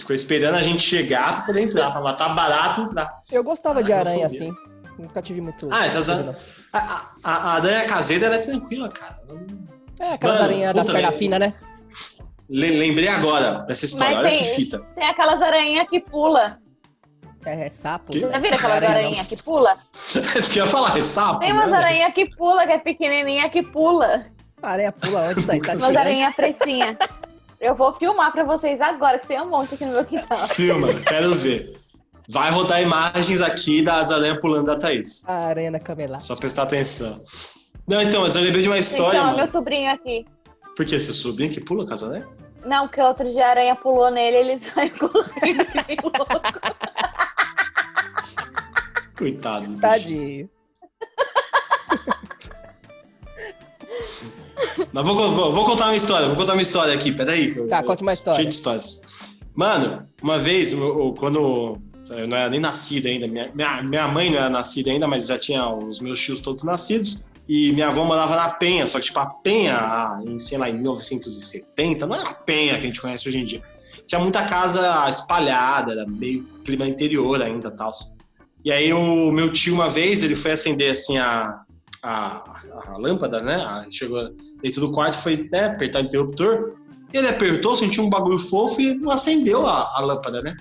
S4: ficou esperando a gente chegar pra poder entrar, pra matar barato e entrar.
S1: Eu gostava de
S4: Aranha,
S1: aranha
S4: fobia.
S1: assim. Nunca tive muito.
S4: Ah, essas
S1: medo, não.
S4: A, a- a- a aranha caseira, ela é tranquila, cara. Eu não-
S1: É, aquelas
S4: Mano,
S1: aranhas das
S4: puta,
S1: pernas
S4: velho.
S1: finas, né?
S4: Le- Lembrei agora dessa história,
S3: Mas
S4: olha
S3: tem
S4: que
S3: isso.
S4: fita.
S3: Tem aquelas aranhas que pula.
S1: É, é sapo.
S4: Que?
S1: né?
S3: Já viram aquelas
S4: Aranha não.
S3: aranhas que pula?
S4: Isso que eu ia falar, é sapo.
S3: Tem umas
S4: né?
S3: aranhas que pula, que é pequenininha que pula.
S1: Aranha pula onde tá? Tá
S3: Umas
S1: tirando?
S3: aranha pretinha. Eu vou filmar pra vocês agora, que tem um monte aqui no meu quintal.
S4: Filma, quero ver. Vai rodar imagens aqui das aranhas pulando da Thaís.
S1: A aranha na camelá.
S4: Só prestar atenção. Não, então, mas eu lembrei de uma história,
S3: então, é
S4: mano.
S3: meu sobrinho aqui.
S4: Porque você sobrinho que pula casa, né?
S3: Não, que outro dia a aranha pulou nele, ele [LAUGHS] sai correndo. que nem louco.
S4: Coitado. do bicho.
S1: Tá, Tadinho.
S4: Mas vou, vou- vou contar uma história, vou contar uma história aqui, peraí. que eu-
S1: Tá,
S4: eu-
S1: conta uma
S4: Cheio
S1: história.
S4: de histórias. Mano, uma vez, eu- eu- quando eu não era nem nascido ainda, minha, minha, minha mãe não era nascida ainda, mas já tinha os meus tios todos nascidos, e minha avó morava na Penha, só que tipo, a Penha, ah, em, sei lá, em 1970, não era a Penha que a gente conhece hoje em dia. Tinha muita casa espalhada, era meio clima interior ainda, tal. E aí o meu tio, uma vez, ele foi acender, assim, a, a, a lâmpada, né? A- Chegou dentro do quarto, foi né, apertar o interruptor, ele apertou, sentiu um bagulho fofo e não acendeu a, a lâmpada, né?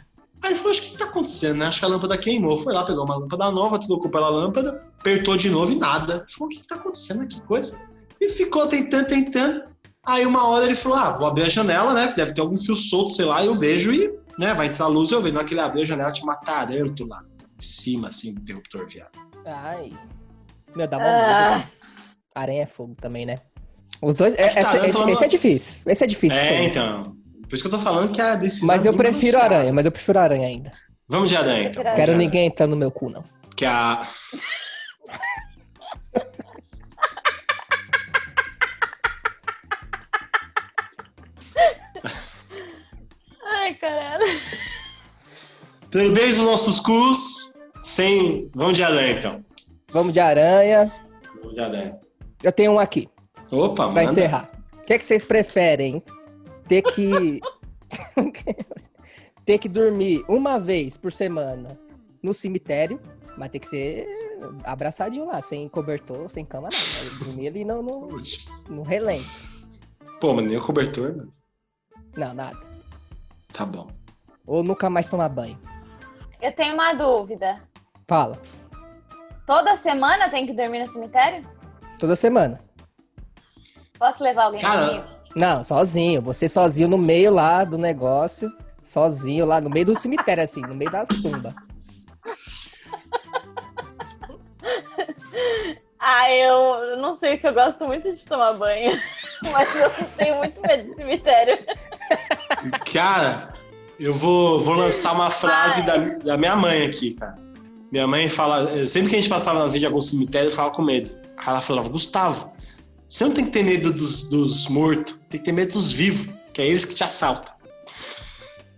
S4: Aí ele falou, acho que o que tá acontecendo, né? Acho que a lâmpada queimou. Foi lá, pegou uma lâmpada nova, trocou pela lâmpada, apertou de novo e nada. Ele falou, o que que tá acontecendo aqui, coisa? E ficou tentando, tentando. Aí uma hora ele falou, ah, vou abrir a janela, né? Deve ter algum fio solto, sei lá, eu vejo e, né, vai entrar a luz eu vejo. Na hora que ele abriu a janela, tinha uma tarântula em cima, assim, do interruptor, viado.
S1: Ai. Meu, dá mó
S3: Ah.
S1: medo. Aranha é fogo também, né? Os dois. é-
S4: Acho que
S1: essa-
S4: tarântula
S1: esse,
S4: não-
S1: esse é difícil. Esse é difícil.
S4: É,
S1: escolher.
S4: então. Por isso que eu tô falando que a decisão...
S1: mas
S4: é
S1: eu
S4: bem
S1: prefiro
S4: balanceada.
S1: aranha, mas eu prefiro aranha ainda.
S4: Vamos de aranha, então.
S3: Quero
S4: Vamos de
S1: Quero
S4: aranha.
S1: ninguém entrar no meu cu, não.
S4: Que a...
S3: Ai, caralho.
S4: Pelo bem dos Então, nossos cus, sem. Vamos de aranha, então.
S1: Vamos de aranha.
S4: Vamos de aranha.
S1: Eu tenho um aqui,
S4: Opa,
S1: pra
S4: manda.
S1: encerrar. O que, é que vocês preferem? Ter que. [LAUGHS] ter que dormir uma vez por semana no cemitério, mas ter que ser abraçadinho lá, sem cobertor, sem cama, nada. Dormir ali no, no,
S4: Oxe.
S1: no relento.
S4: Pô, mano, nem o cobertor, mano.
S1: Não, nada.
S4: Tá bom.
S1: Ou nunca mais tomar banho.
S3: Eu tenho uma dúvida.
S1: Fala,
S3: Toda semana tem que dormir no cemitério?
S1: toda semana.
S3: Posso levar alguém
S4: Cara,
S3: comigo?
S1: Não, sozinho. Você sozinho no meio lá do negócio. Sozinho lá no meio do cemitério, assim, no meio das tumbas.
S3: Ah, eu não sei que eu gosto muito de tomar banho. [LAUGHS] Mas eu tenho muito medo de cemitério.
S4: Cara, eu vou, vou lançar uma frase da, da minha mãe aqui, cara. Minha mãe fala. eh, Sempre que a gente passava na frente de algum cemitério, eu falava com medo. Aí ela falava, Gustavo, você não tem que ter medo dos, dos mortos, tem que ter medo dos vivos, que é eles que te assaltam.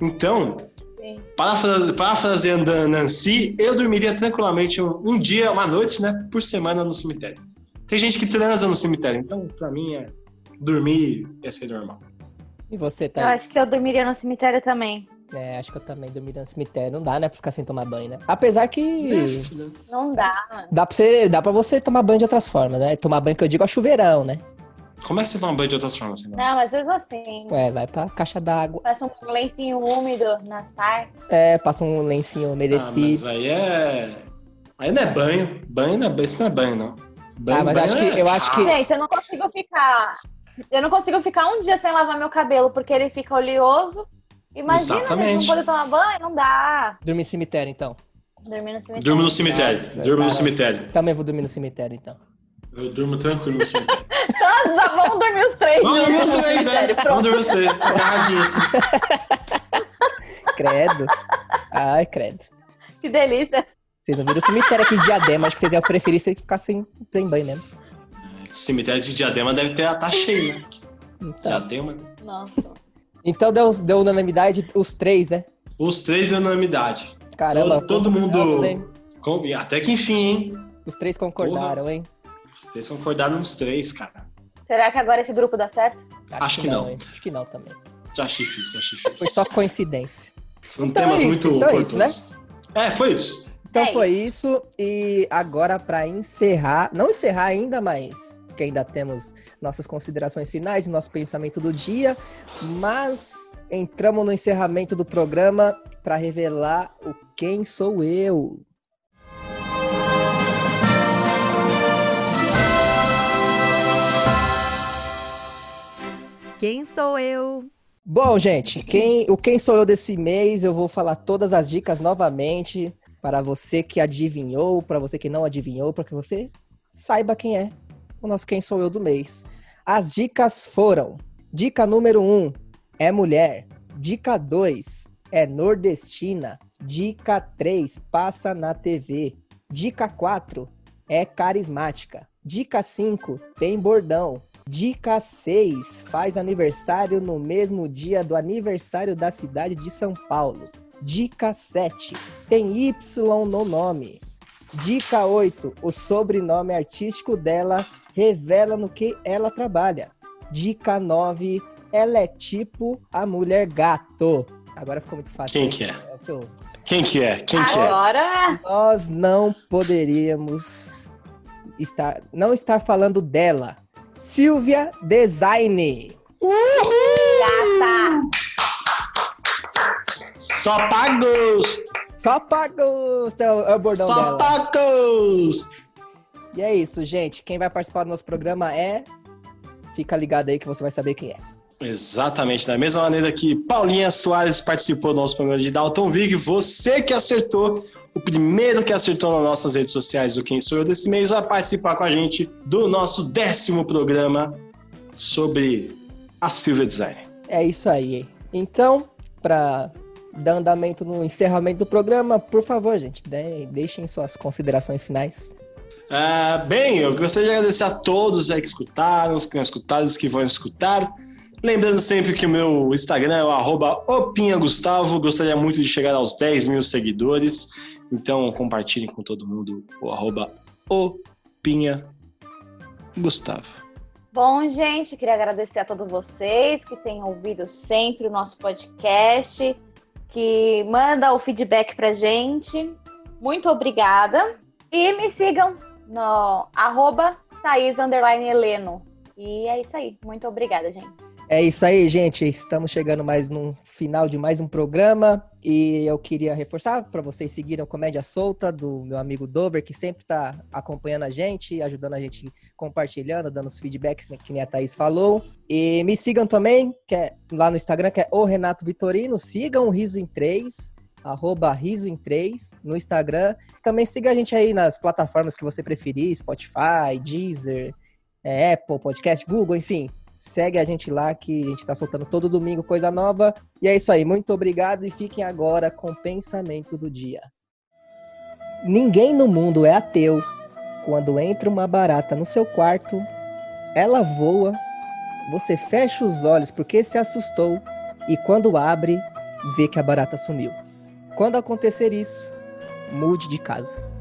S4: Então,
S3: Sim.
S4: Parafrase- Parafraseando a Nancy, eu dormiria tranquilamente um, um dia, uma noite, né? Por semana no cemitério. Tem gente que transa no cemitério, então pra mim é dormir ia ser normal.
S1: E você,
S3: Eu
S1: Thaís?
S3: acho que eu dormiria no cemitério também.
S1: É, acho que eu também dormiria no cemitério. Não dá, né, pra ficar sem tomar banho, né? Apesar que
S4: É, né?
S3: Não dá.
S1: dá pra você, dá pra você tomar banho de outras formas, né? Tomar banho que eu digo é chuveirão, né?
S4: Como é que você toma banho de outras formas? Assim,
S3: Não, mas mesmo assim.
S1: É, vai pra caixa d'água,
S3: Passa um lencinho úmido nas partes.
S1: é, passa um lencinho
S4: Ah, mas
S1: umedecido.
S4: aí é. Aí não é banho. Banho não é banho, isso não é banho, não. Banho,
S1: Ah, mas
S4: banho
S1: acho que-
S4: é
S1: eu acho que-
S4: tchau.
S3: Gente, eu não consigo ficar. Eu não consigo ficar um dia sem lavar meu cabelo, porque ele fica oleoso. Imagina, gente,
S4: Exatamente.
S3: não poder tomar banho, não dá.
S1: Dormir no cemitério, então.
S3: Dormir no cemitério.
S4: Durmo no cemitério.
S1: Nossa,
S4: durmo no
S1: cara.
S4: cemitério.
S1: Também vou dormir no cemitério, então.
S4: Eu durmo tranquilo no cemitério.
S3: Nossa, Ah, vamos dormir os três.
S4: Vamos dormir os
S3: dias no
S4: três, [LAUGHS] é.
S3: cemitério,
S4: Vamos
S3: [LAUGHS] pronto.
S4: dormir os três. Agarradinho assim.
S3: [LAUGHS]
S1: Credo. Ai, credo.
S3: Que delícia.
S1: Vocês não viram o cemitério aqui de diadema. Acho que vocês iam preferir se ficar sem, sem banho mesmo.
S4: Cemitério de Diadema deve ter, tá cheio, né?
S1: Então,
S4: Diadema, né?
S3: Nossa.
S1: então deu, deu unanimidade os três, né?
S4: Os três deu unanimidade.
S1: Caramba.
S4: Todo- todo mundo-
S1: concordamos, hein?
S4: Com- e Até que enfim, hein?
S1: Os três concordaram, hein?
S4: Os três concordaram nos três, cara.
S3: Será que agora esse grupo dá certo?
S4: Acho que não.
S1: hein? Acho que não também.
S4: Já chifres, achei difícil.
S1: Foi só coincidência.
S4: Foram
S1: Então é
S4: temas
S1: isso,
S4: muito
S1: então é isso,
S4: oportunos. É, foi isso.
S1: Então
S3: É
S1: foi isso. E agora, para encerrar, não encerrar ainda, mas que ainda temos nossas considerações finais e nosso pensamento do dia, mas entramos no encerramento do programa para revelar o quem sou eu.
S2: Quem sou eu?
S1: Bom, gente, quem, o quem sou eu desse mês, eu vou falar todas as dicas novamente para você que adivinhou, para você que não adivinhou, para que você saiba quem é o nosso quem sou eu do mês. As dicas foram: dica número 1 um, é mulher, dica 2 é nordestina, dica 3 passa na TV, dica 4 é carismática, dica 5 tem bordão, Dica 6. Faz aniversário no mesmo dia do aniversário da cidade de São Paulo. Dica 7. Tem Y no nome. Dica 8. O sobrenome artístico dela revela no que ela trabalha. Dica 9. Ela é tipo a mulher gato. Agora ficou muito fácil.
S4: Quem que é? Quem que é? Quem que é?
S3: Agora,
S1: Nós não poderíamos estar, não estar falando dela. Silvia Design.
S3: gata.
S4: Só pagos!
S1: Só pra gosto é o é o bordão
S4: Só
S1: dela.
S4: pagos!
S1: E é isso, gente. Quem vai participar do nosso programa é. Fica ligado aí que você vai saber quem é.
S4: Exatamente, da mesma maneira que Paulinha Soares participou do nosso programa de Dalton Vig, você que acertou, o primeiro que acertou nas nossas redes sociais do Quem Sou Eu desse mês, vai participar com a gente do nosso décimo programa sobre a Silvia Design.
S1: É isso aí. Então, pra dar andamento no encerramento do programa, por favor, gente, de- deixem suas considerações finais.
S4: Ah, bem, eu gostaria de agradecer a todos aí que escutaram, os que não escutaram, os que vão escutar. Lembrando sempre que o meu Instagram é o arroba opinhagustavo. Gostaria muito de chegar aos 10 mil seguidores. Então compartilhem com todo mundo o arroba opinhagustavo.
S3: Bom, gente, queria agradecer a todos vocês que têm ouvido sempre o nosso podcast, que manda o feedback pra gente. Muito obrigada. E me sigam no arroba Thaís underline Heleno. E é isso aí. Muito obrigada, gente.
S1: É isso aí, gente. Estamos chegando mais no final de mais um programa e eu queria reforçar para vocês seguirem o Comédia Solta do meu amigo Dover, que sempre está acompanhando a gente, ajudando a gente, compartilhando, dando os feedbacks né, que nem a Thaís falou. E me sigam também, que é lá no Instagram, que é o Renato Vitorino. Sigam o Riso em 3, arroba Riso em 3 no Instagram. Também siga a gente aí nas plataformas que você preferir, Spotify, Deezer, é, Apple Podcast, Google, enfim. Segue a gente lá que a gente tá soltando todo domingo coisa nova. E é isso aí, muito obrigado e fiquem agora com o pensamento do dia. Ninguém no mundo é ateu. Quando entra uma barata no seu quarto, ela voa, você fecha os olhos porque se assustou e quando abre, vê que a barata sumiu. Quando acontecer isso, mude de casa.